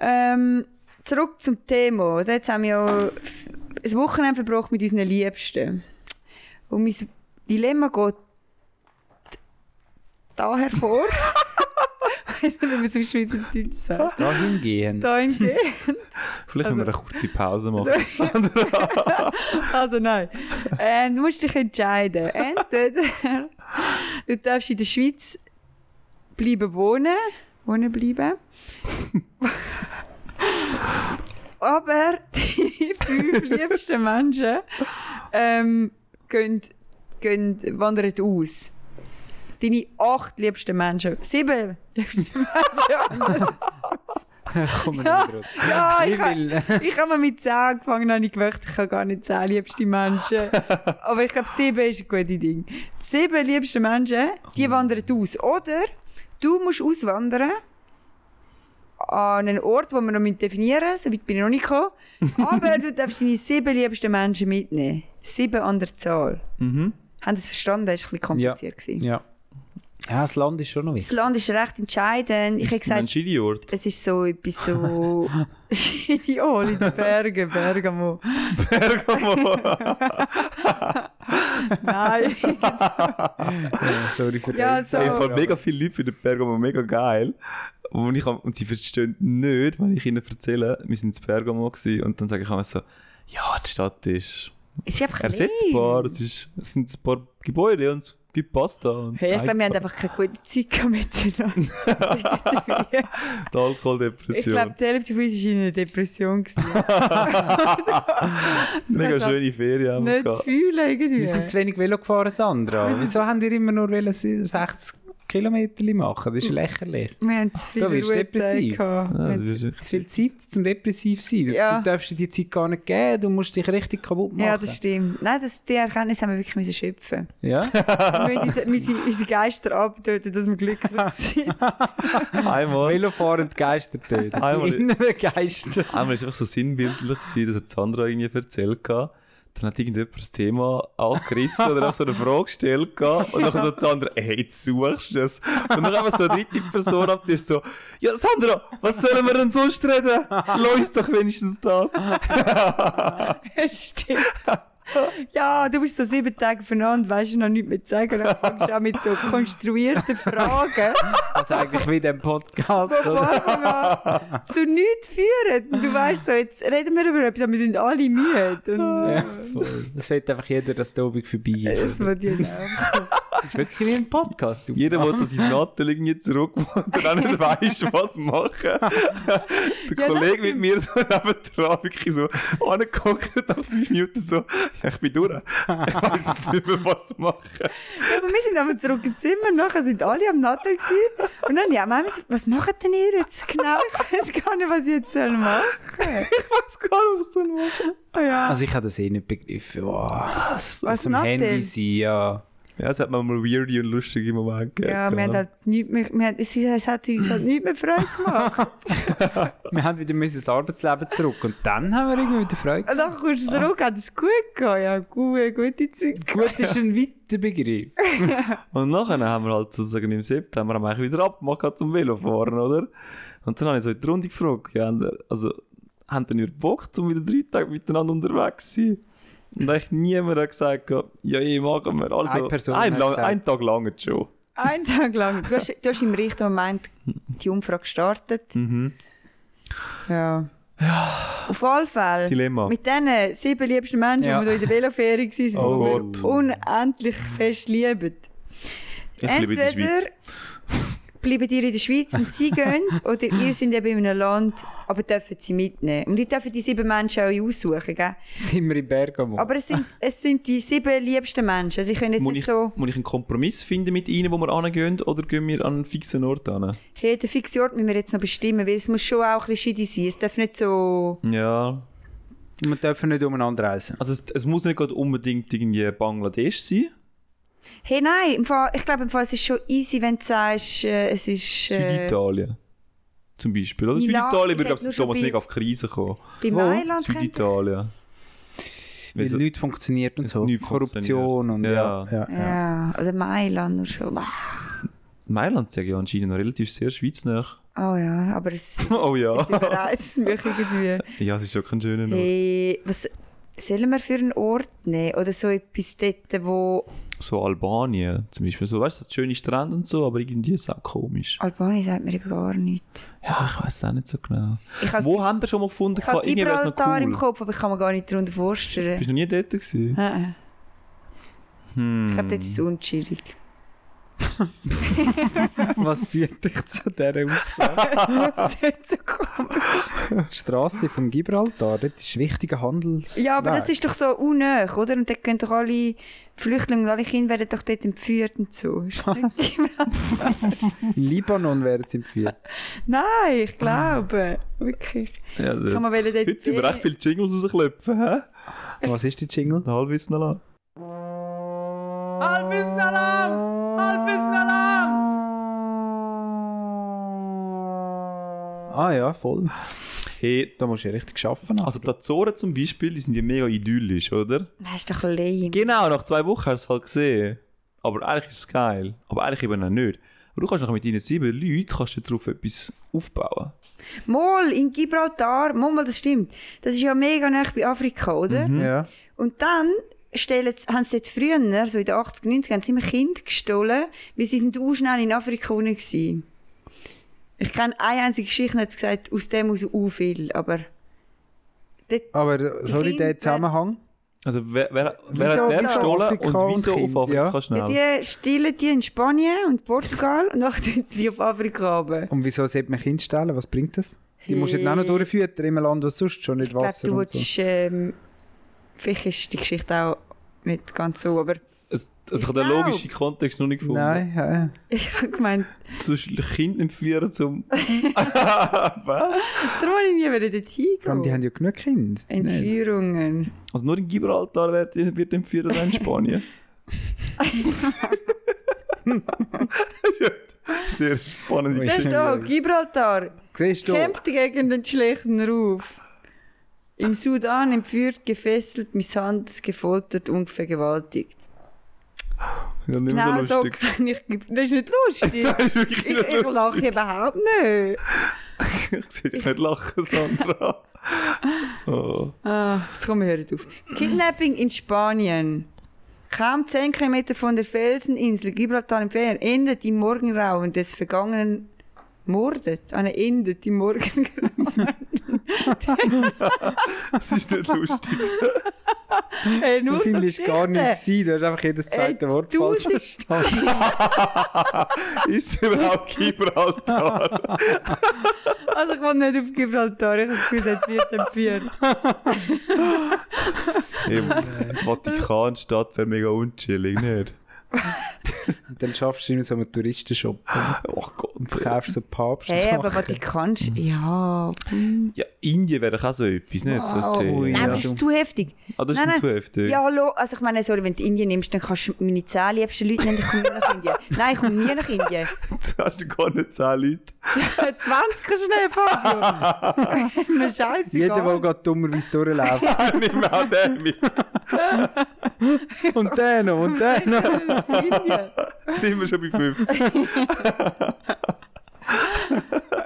Ähm, zurück zum Thema. oder? Jetzt haben wir ja f- ein Wochenende verbracht mit unseren Liebsten. Und mein Dilemma geht da hervor. ich weiß nicht, wie man es auf Schweizerdeutsch sagt.
Da hingehen.
Da hingegen.
Vielleicht müssen wir eine kurze Pause machen.
Also nein. Äh, du musst dich entscheiden. Entweder du darfst in der Schweiz bleiben wohnen, wohnen bleiben. Aber die fünf liebsten Menschen ähm, gehen, gehen, wandern aus. Deine acht liebsten Menschen. Sieben liebsten Menschen wandern
Komm, wir
Ja.
nicht raus.
Ja, ich
ich
kann,
will.
ich habe mal mit 10 angefangen, habe ich gedacht, ich habe gar nicht 10 liebste Menschen. Aber ich glaube, 7 ist ein gutes Ding. Die 7 liebsten Menschen,
Oh.
die wandern aus. Oder du musst auswandern an einen Ort, den wir noch definieren müssen. So weit bin ich noch nicht gekommen. Aber du darfst deine 7 liebsten Menschen mitnehmen. 7 an der Zahl.
mhm.
Haben das verstanden? Das war ein bisschen kompliziert. gewesen.
Ja. ja, das Land ist schon noch
Das
wichtig.
Land ist recht entscheidend. Ich habe
Ist es ein
gesagt,
Chili-Ort?
es ist so etwas so... Ideal in den Bergen, Bergamo.
Bergamo.
Nein.
Ja, sorry für
ja,
den.
so.
Ich habe mega viele Leute für den Bergamo mega geil. Und, ich hab, und sie verstehen nicht, wenn ich ihnen erzähle, wir sind in Bergamo gewesen, und dann sage ich immer so, ja, die Stadt ist
Es ist einfach
ersetzbar,
leer.
es, ist, es sind ein paar Gebäude und es gibt Pasta. Und
Hey, ich glaube, wir haben einfach keine gute Zeit gehabt miteinander.
die Alkoholdepression.
ich glaube, die Hälfte von uns war in einer Depression. gewesen.
mega
kannst du
schöne Ferien
Oh
haben wir
Nicht
gehabt.
fühlen irgendwie.
Wir sind zu wenig Velo gefahren, Sandra. Wieso haben ihr immer nur wollen sie 60 Kilometer machen. Das ist lächerlich.
Wir haben zu viel
Da wirst du
Ruhetag
depressiv.
gehabt. Wir
Ja,
haben
das ist
Zu viel Zeit zum depressiv sein. Du-
Ja.
Du darfst dir die Zeit gar nicht geben. Du musst dich richtig kaputt machen.
Ja, das stimmt. Nein, das, die Erkenntnis haben wir wirklich müssen schöpfen.
Ja?
wir müssen unsere, unsere Geister abtöten, dass wir glücklich sind.
einmal.
Velofahrend Geister töten.
Einmal-
Die inneren Geister.
Einmal ist einfach so sinnbildlich gewesen, das hat Sandra irgendwie erzählt gehabt. Dann hat irgendjemand das Thema angerissen oder auch so eine Frage gestellt gehabt. Und dann so die Sandra, hey, jetzt suchst du es. Und dann einfach so eine dritte Person ab, die ist so, ja Sandra, was sollen wir denn sonst reden? Lass doch wenigstens das.
stimmt. Ja, du bist so sieben Tage voneinander, weißt du noch nichts mehr zu sagen. Dann fängst du an mit so konstruierten Fragen,
Also eigentlich wie dem Podcast.
die von Anfang an zu nichts führen. Und Du weißt so, jetzt reden wir über etwas, aber wir sind alle müde. Und
Ja, voll. Das will einfach jeder, dass der Abend vorbei
das
ist.
will ich nicht.
Das ist wirklich wie ein Podcast. Du-
Jeder will, dass sein Nattel irgendwie zurück und dann auch nicht weiss, was machen. Der
Ja,
Kollege
nein,
mit
sind-
mir so nebendran wirklich so angeguckt nach fünf Minuten so, «Ja, ich bin durch. Ich weiß nicht mehr, was machen.
Aber wir sind einmal zurück ins Zimmer, nachher sind alle am Nattel gewesen. Und dann, ja, Mama, was macht denn ihr jetzt genau? Ich weiß gar nicht, was ich jetzt soll machen
weiß gar nicht, was ich soll machen
soll. Ja.
Also ich habe das eh nicht begriffen. Wow.
soll.
Das
Was
am
macht
Handy
ihr?
sein, ja.
Ja, es hat mir mal weirde und lustige Momente gegeben.
Ja,
genau.
wir haben halt nichts mehr, wir haben, es, es hat uns halt nichts mehr Freude gemacht.
Wir haben wieder müssen ins Arbeitsleben zurück und dann haben wir irgendwie wieder Freude.
Und dann kommst du zurück, hat es gut gehabt. Ja, gute, gute Zeit.
Gut ist ein weiter Begriff.
Und nachher haben wir halt sozusagen im September haben wir eigentlich wieder abgemacht zum Velofahren, oder? Und dann habe ich so in die Runde gefragt, ja, habt ihr- also, haben denn ihr Bock, um wieder drei Tage miteinander unterwegs zu sein? Und eigentlich niemand hat gesagt, ja, eh, machen wir. Also,
Eine Person
ein,
hat
lang,
gesagt.
ein Tag lang schon.
Einen Tag lang. Du hast, du hast im richtigen Moment die Umfrage gestartet.
Mhm.
Ja. Auf alle Fälle.
Dilemma.
Mit diesen sieben liebsten Menschen,
Ja.
die wir hier in der Veloferie waren, sind,
Oh
die wir unendlich fest lieben.
Ich liebe die Schweiz.
bleiben ihr in der Schweiz und sie gehen, oder ihr seid eben in einem Land, aber dürfen sie mitnehmen. Und ihr dürft die sieben Menschen auch aussuchen, gell?
Sind wir in Bergamo.
Aber es sind, es sind die sieben liebsten Menschen. Sie können jetzt
Muss
nicht
ich,
so,
muss ich einen Kompromiss finden mit ihnen, wo wir angehen, oder gehen wir an einen fixen Ort an?
hey, den fixen Ort müssen wir jetzt noch bestimmen, weil es muss schon auch ein bisschen shitty sein. Es darf nicht so...
Ja,
wir dürfen nicht umeinander reisen.
also es, es muss nicht gerade unbedingt irgendwie Bangladesch sein.
Hey, nein, im Fall, ich glaube, im Fall, es ist schon easy, wenn du sagst, äh, es ist... Äh,
Süditalien. Zum Beispiel. Oder
Milan-
Süditalien
ich
würde,
hätte nur
glaube ich,
schon
damals
bei-
mega auf die Krise kommen.
bei Mailand könnte...
Süditalien.
Weil
Also,
nichts funktioniert und so.
nichts
Korruption und ja.
funktioniert.
ja. ja.
Ja, oder Mailand nur schon. Wow.
Mailand sage ich anscheinend noch relativ sehr schweiznah.
Oh ja, aber es,
Oh
es
ja.
überreizt mich irgendwie.
ja, es ist schon kein schöner Ort.
Hey, was sollen wir für einen Ort nehmen? Oder so etwas dort, wo...
So Albanien zum Beispiel. So, weißt du, es hat schöne Strände und so, aber irgendwie ist es auch komisch.
Albanien sagt mir eben gar nichts.
Ja, ich weiß auch nicht so genau.
Ich habe
Wo haben wir schon mal gefunden?
ich hab
gehabt? Irgendwie wär's
Gibraltar im Kopf, aber ich kann mir gar nicht darunter vorstellen.
Bist du noch nie dort gewesen? Hm.
Äh, äh. Ich
Mm.
glaube, das ist unschwierig.
Was führt dich zu dieser Aussage?
Das ist so komisch.
Die Straße vom Gibraltar, das ist wichtiger Handel.
ja, aber das ist doch so unnöch, oder? Und dort können doch alle Flüchtlinge und alle Kinder werden doch dort entführt und so. Ist das
Was?
nicht Gibraltar?
Libanon wäre es empfiehlt.
Nein, ich
Ah.
glaube. Wirklich.
Ja, da-
Kann man wollen dort...
Heute über echt viele Jingles rausklöpfen, hä?
Was ist der Jingle?
Halbwissen Alarm. Halbwissen Alarm! Halbwissen Alarm!
Ah ja, voll.
Hey,
Da musst du ja richtig arbeiten.
also die Azoren zum Beispiel, die sind ja mega idyllisch, oder?
Das ist doch lame.
Genau, nach zwei Wochen hast du es halt gesehen. Aber eigentlich ist es geil. Aber eigentlich eben auch nicht. Aber du kannst nachher mit deinen sieben Leuten kannst du darauf etwas aufbauen.
Mol, in Gibraltar, Mol, mal, das stimmt. Das ist ja mega nah bei Afrika, oder?
Mhm. Ja.
Und dann stellen, sie- haben sie dort früher, so in den 80er, 90er, haben sie immer Kinder gestohlen, weil sie sind auch schnell in Afrika unten waren. Ich kenne eine einzige Geschichte, die hat gesagt, aus dem aus auch viel, aber
Aber äh, sorry,
Kinder-
der Zusammenhang.
Also wer, wer, wer
Wieso
hat wer
auf
gestohlen
Afrika
und wieso
und
auf
Kind,
Afrika
ja?
schnell?
ja, die stillen die in Spanien und Portugal und dann tun sie sie auf Afrika runter.
Und wieso sollte man Kinder stellen? Was bringt das? Die musst du jetzt auch noch
Hey.
durchfüttern im Land, was sonst schon nicht
Ich glaube,
Wasser
du
und so.
würdest, ähm, vielleicht ist die Geschichte auch nicht ganz so, aber
Also, also ich habe den
glaub.
logischen Kontext noch nicht gefunden.
Nein, ja.
Ich habe gemeint,
Du hast Kind entführen zum... Was?
darum wollte ich nie wieder dorthin
Vor allem, die haben ja genug Kinder. Nein.
Entführungen.
Also nur in Gibraltar wird, wird entführt und dann in Spanien. Gut. Sehr spannende
Ist
Siehst
nicht
du, auch,
neu.
Gibraltar
Siehst du?
kämpft gegen den schlechten Ruf. Im Sudan entführt, gefesselt, misshandelt, gefoltert und vergewaltigt.
Ja, nicht mehr
Genau
so
so
lustig.
kann ich. Das ist nicht lustig.
Das ist wirklich
ich
nicht
ich lache
lustig.
überhaupt nicht.
Ich sehe dich nicht lachen, Sandra. Oh.
Ah, jetzt kommen wir hören auf. Kidnapping in Spanien. Kaum 10 Kilometer von der Felseninsel Gibraltar entfernt, endet im Morgengrauen des vergangenen Mordet. Ah, nein, endet im Morgengrauen.
Das ist nicht lustig.
Hey, nur so
Wahrscheinlich war es gar
Geschichten.
nicht. gewesen. Du hast einfach jedes zweite
Ey,
Wort falsch
tausend-
verstanden.
Ist es überhaupt Gibraltar?
Also ich will nicht auf Gibraltar, ich habe das Gefühl, das wird empfiehlt.
Im Vatikanstadt wäre mega unchillig, nicht?
Und dann schaffst du immer so einen Touristenshop
Ach
und
Gott. ey.
verkaufst so Papst.
Hey, aber was du kannst, ja.
Ja, Indien wäre doch auch so etwas, nicht? So ein
Wow.
Thema.
Nein,
Nein,
aber
das ist zu heftig.
Ah, das ist
Nein,
ein
nein.
zu heftig.
Ja, hallo. Also ich meine, sorry, wenn du Indien nimmst, dann kannst du meine zehn liebsten Leute nehmen, ich komme nie nach Indien. Nein, ich komme nie nach Indien.
Da hast du gar nicht 10 Leute.
20 kannst du nicht, Fabio. Mir
Jeder, der
scheißegal.
gerade dummerweise durchläuft.
Nimm wir auch den mit.
und der noch, und der noch.
Nach Indien.
Sind wir schon bei 50.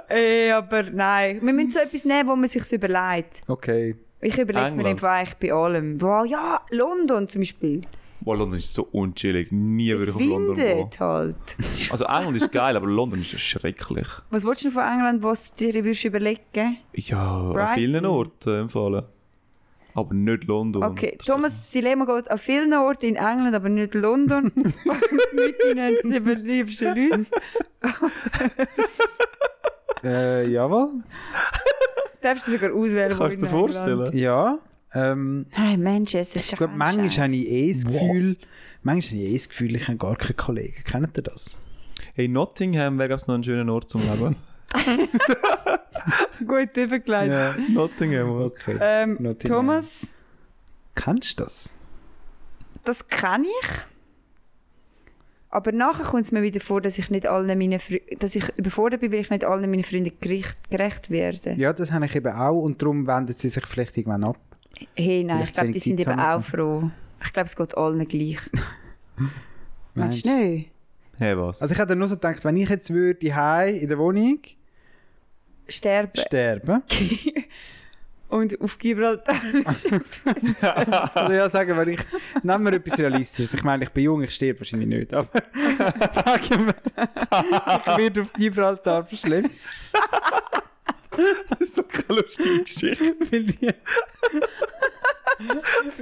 Ey, Äh, aber nein. Wir müssen so etwas nehmen, wo man sich überlegt.
Okay.
Ich überlege es mir
England.
einfach eigentlich bei allem. Wow, ja, London zum Beispiel.
Boah, London ist so unchillig. Nie würde
Es
ich auf London gehen.
windet halt.
Also England ist geil, aber London ist schrecklich.
Was willst du von England, was du dir würdest überlegen
Ja, an
Brighton.
vielen Orten empfehlen. Aber nicht London.
Okay,
Das-
Thomas Silema geht an vielen Orten in England, aber nicht London. Mit deinen sieben liebsten Leuten.
Äh, jawohl.
Darfst du sogar auswählen, wo
Kannst du dir
in England.
vorstellen?
Ja. Ähm,
Hey, Manchester ist
ich glaube, manchmal habe ich eh das Gefühl, manchmal habe ich eh das Gefühl, ich habe gar keinen Kollegen. Kennt ihr das?
Hey, Nottingham wäre glaub's, noch ein schöner Ort zum Leben.
Gut übergelegt.
Nottingham, oder?
Okay.
Ähm,
Nottingham.
Thomas,
Kennst du das?
das kenne ich. Aber nachher kommt es mir wieder vor, dass ich nicht allen meinen Fre dass ich überfordert bin, weil ich nicht allen meinen Freunden gerecht, gerecht werde.
Ja, das habe ich eben auch und darum wenden sie sich vielleicht irgendwann ab.
Hey, nein,
Vielleicht
ich glaube, die
wenig
sind
Zeit
eben
haben
auch froh. Ich glaube, es geht allen gleich. Meinst
Meinst
du nicht?
Hey, was?
Also ich habe dann nur so gedacht, wenn ich jetzt würde die in der Wohnung
Sterben
sterben,
und halt auf Gibraltar.
würde ich Also ja sagen, wenn ich, nehmen wir etwas Realistisches. Ich meine, ich bin jung, ich sterbe wahrscheinlich nicht, aber sagen wir, ich werde auf Gibraltar verschleppt,
Das ist so keine lustige Geschichte.
weil die,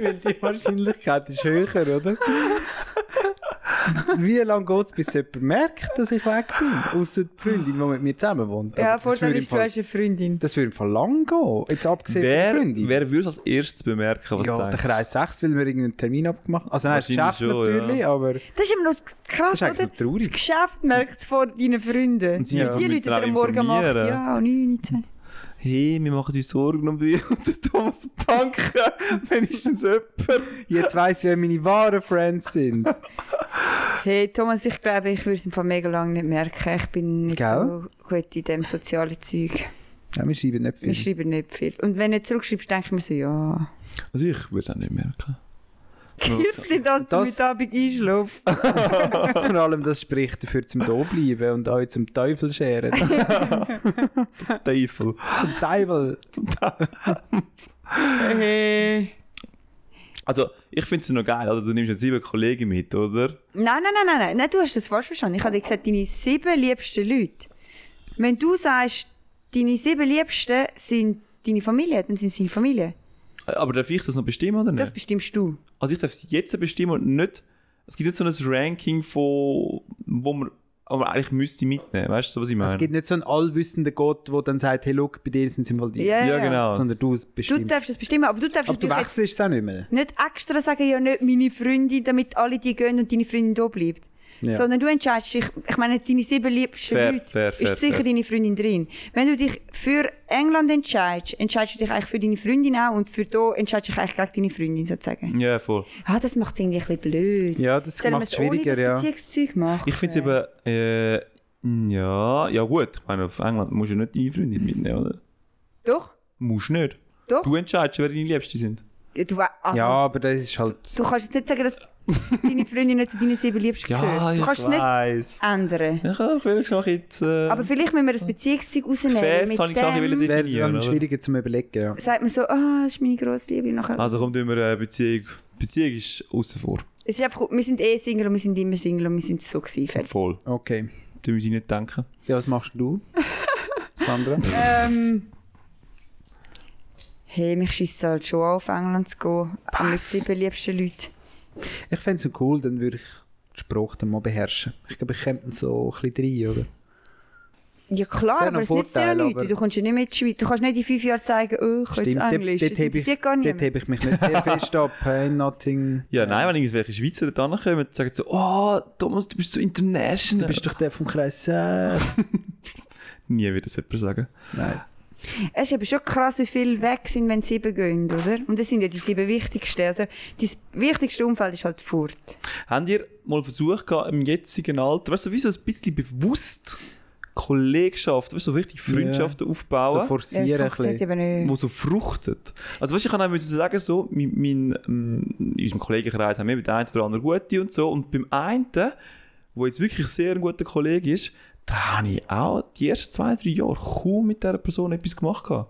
weil die Wahrscheinlichkeit ist höher, oder? Wie lange geht es, bis jemand merkt, dass ich weg bin? Außer die Freundin, die mit mir zusammen wohnt.
ja,
Aber das
vorher
würde im
bist du
Fall-
hast eine Freundin.
Das würde im Fall lang gehen. Jetzt abgesehen
Wer,
von der Freundin.
wer würde als erstes bemerken, was
ja,
du
der
denkst?
Kreis 6, weil wir irgendeinen Termin abgemacht haben. Also nein, das
Wahrscheinlich
Geschäft
schon,
natürlich,
ja.
aber
Das ist immer noch das- krass,
Das ist eigentlich
oder?
noch traurig.
Das Geschäft merkt es vor deinen Freunden.
Und sie
Ja.
Die
müssen
Leute, die
daran
am Morgen um acht,
informieren.
ja, um neun, zehn.
Hey, wir machen uns Sorgen um dich und der Thomas danke, wenigstens jemand.
jetzt weiss ich, wer meine wahren Friends sind.
Hey Thomas, ich glaube, ich würde es im Fall mega lange nicht merken. Ich bin nicht
Gell?
so gut in dem sozialen Zeug.
Ja, wir schreiben nicht
Wir
viel.
schreiben nicht viel. Und wenn du zurückschreibst, denke ich mir so, ja.
Also ich würde es auch nicht merken.
Hilft dir das,
Das-
dass ich heute Abend einschlafe?
Vor allem, das spricht dafür, zum da bleiben und euch zum Teufel scheren.
Teufel.
zum Teufel.
Hey.
Also ich finde es noch geil, oder? du nimmst ja sieben Kollegen mit, oder?
Nein, nein, nein, nein, nein, nein, du hast das falsch verstanden. Ich habe dir gesagt, deine sieben liebsten Leute. Wenn du sagst, deine sieben liebsten sind deine Familie, dann sind sie deine Familie.
Aber darf ich das noch bestimmen oder nicht?
Das bestimmst du.
Also ich darf es jetzt bestimmen und nicht. Es gibt nicht so ein Ranking von, wo man aber eigentlich müsste ich mitnehmen. Weißt du, was ich meine?
Es gibt nicht so einen allwissenden Gott, der dann sagt, hey, look, bei dir sind es im Fall die.
Ja,
ja, genau.
Sondern du
Du
bestimmst.
darfst es bestimmen, aber du darfst
Aber du
natürlich jetzt
wechselst es auch nicht mehr.
nicht extra sagen, ja nicht meine Freundin, damit alle die gehen und deine Freundin da bleibt.
Ja.
Sondern du entscheidest dich, ich meine, deine sieben liebsten
Fair,
Leute,
fair, fair,
ist sicher
fair.
deine Freundin drin. Wenn du dich für England entscheidest, entscheidest du dich eigentlich für deine Freundin auch und für da entscheidest du dich eigentlich gegen deine Freundin sozusagen.
ja, voll.
Ah, das macht es irgendwie ein bisschen blöd.
Ja, das
Sollen wir
macht es
es ohne
schwieriger,
das
ja.
Beziehungszeug machen?
Ich finde es eben. Äh, ja, ja gut. Ich meine, auf England musst du nicht deine Freundin mitnehmen, oder?
Doch,
Musst nicht.
doch.
Du entscheidest, wer deine Liebsten sind.
Ja, du, we- also,
Ja, aber das ist halt.
du kannst jetzt nicht sagen, dass deine Freundin nicht zu deinen sieben liebsten
Ja,
gehört.
ich
Du kannst es nicht
weiss.
ändern.
Ich habe vielleicht schon ein bisschen. Äh,
Aber vielleicht müssen wir das Beziehungszeug rausnehmen.
Gefäß
mit
habe ich gesagt, ich will
dem-
es
Wäre dann
definieren, oder?
schwieriger zu überlegen, ja.
sagt man so, ah, das ist meine grosse Liebe. Und nachher,
Also kommt immer äh, Beziehung. Beziehung ist außen vor.
es ist einfach, wir sind eh Single und wir sind immer Single und wir sind so gewesen. fertig.
Voll.
Okay.
Da muss ich nicht denken.
Ja, was machst du? Sandra?
Ähm, hey, mich schießt halt schon an, auf England zu gehen. An mit sieben liebsten Leuten.
Ich fände es so cool, dann würde ich den Spruch dann mal beherrschen. Ich glaube, ich käme dann so ein bisschen rein, oder?
Oh, Ja
Das
klar,
wäre
aber
noch
es sind nicht
Vorteil,
sehr Leute.
aber-
Du kommst ja nicht mit in die Schweiz. Du kannst nicht in fünf Jahren zeigen, oh, ich kann jetzt
dort-
Englisch.
dort
Das
heb ich,
interessiert gar
dort
niemand.
heb ich mich nicht sehr fest ab. Hey, nothing.
Ja, nein, wenn irgendwelche Schweizer da kommen und sagen so, oh, Thomas, du bist so
Du
international.
bist doch der vom Kreis 6.
Nie wird das jemand sagen.
Nein.
Es ist eben schon krass, wie viele weg sind, wenn sieben gehen, oder? Und das sind ja die sieben wichtigsten. Also, das wichtigste Umfeld ist halt fort.
Habt ihr mal versucht, gehabt, im jetzigen Alter, weißt du, wie so ein bisschen bewusst Kollegschaft, weißt du, so richtig Freundschaften
So
aufbauen,
forcieren
ja,
ein
das funktioniert
bisschen.
eben nicht.
wo so fruchtet? Also, weißt du, ich kann auch müssen sagen, so, mein, mein, ähm, in unserem Kollegenkreis haben wir mit einem oder anderen gute und so, und beim einen, der jetzt wirklich sehr ein guter Kollege ist, da habe ich auch die ersten zwei, drei Jahre kaum mit dieser Person etwas gemacht. gehabt.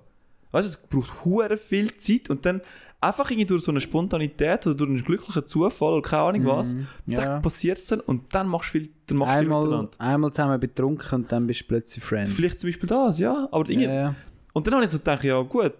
Weißt du, es braucht hure viel Zeit und dann einfach irgendwie durch so eine Spontanität oder durch einen glücklichen Zufall oder keine Ahnung was,
Mhm. ja.
zack, passiert es dann und dann machst du viel, dann machst du viel
Einmal,
miteinander.
einmal zusammen betrunken und dann bist du plötzlich Friend.
Vielleicht zum Beispiel das, ja. Aber irgendwie,
Ja, ja.
Und dann habe ich so gedacht, ja gut,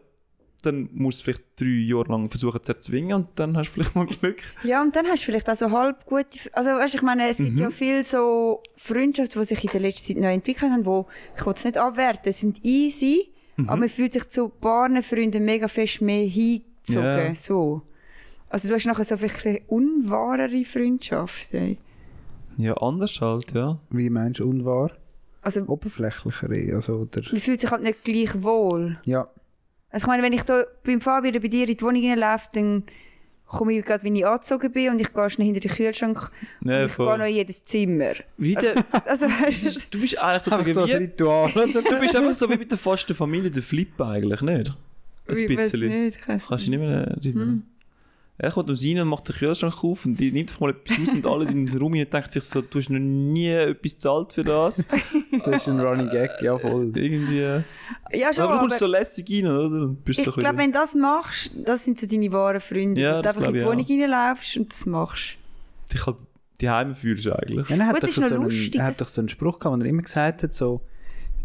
dann musst du es vielleicht drei Jahre lang versuchen zu erzwingen und dann hast du vielleicht mal Glück.
Ja, und dann hast du vielleicht auch so halb gute. F- Also, weißt du, ich meine, es gibt
Mhm.
ja viele so Freundschaften, die sich in der letzten Zeit neu entwickelt haben, wo ich will es nicht abwerten, es sind easy,
Mhm.
aber man fühlt sich zu paar Freunden mega fest mehr hingezogen.
Ja.
So. Also, du hast nachher so vielleicht ein bisschen unwahrere Freundschaften.
Ja, anders halt, ja.
Wie meinst du, unwahr?
Also,
Oberflächlicher, also, oder?
man fühlt sich halt nicht gleich wohl.
Ja.
Also, ich meine, wenn ich da beim Fabi oder bei dir in die Wohnung reinlaufe, dann komme ich gerade, wenn ich angezogen bin und ich gehe schnell hinter den Kühlschrank
Ja,
und ich
voll.
gehe noch in jedes Zimmer.
Wieder,
Also, weißt du,
du bist eigentlich
Einfach
sozusagen
so ein
wie,
Ritual, oder?
du bist einfach so wie bei der fasten Familie, der Flip eigentlich, nicht? Ein
Ich weiss
bisschen.
nicht, Hm. ich weiss
Kannst du dich nicht mehr erinnern. Er kommt um rein und macht den Kühlschrank auf und die nimmt einfach mal etwas raus und alle in den Raum hinein denken sich so, du hast noch nie etwas gezahlt für das.
Das ist ein Running Gag, ja voll.
Irgendwie. äh,
nicht. Ja, schon,
aber du
aber
kommst so lässig rein, oder? Und bist
ich
so ein
glaube,
bisschen-
wenn du das machst, das sind so deine wahren Freunde.
Ja,
wenn du
das
einfach in die
glaub ich
Wohnung reinläufst und das machst.
dich halt die Heime fühlst eigentlich.
Ja, dann
Gut,
hat doch
ist
so
noch
einen,
lustig,
er
das-
hat doch so einen Spruch gehabt, den er immer gesagt hat, so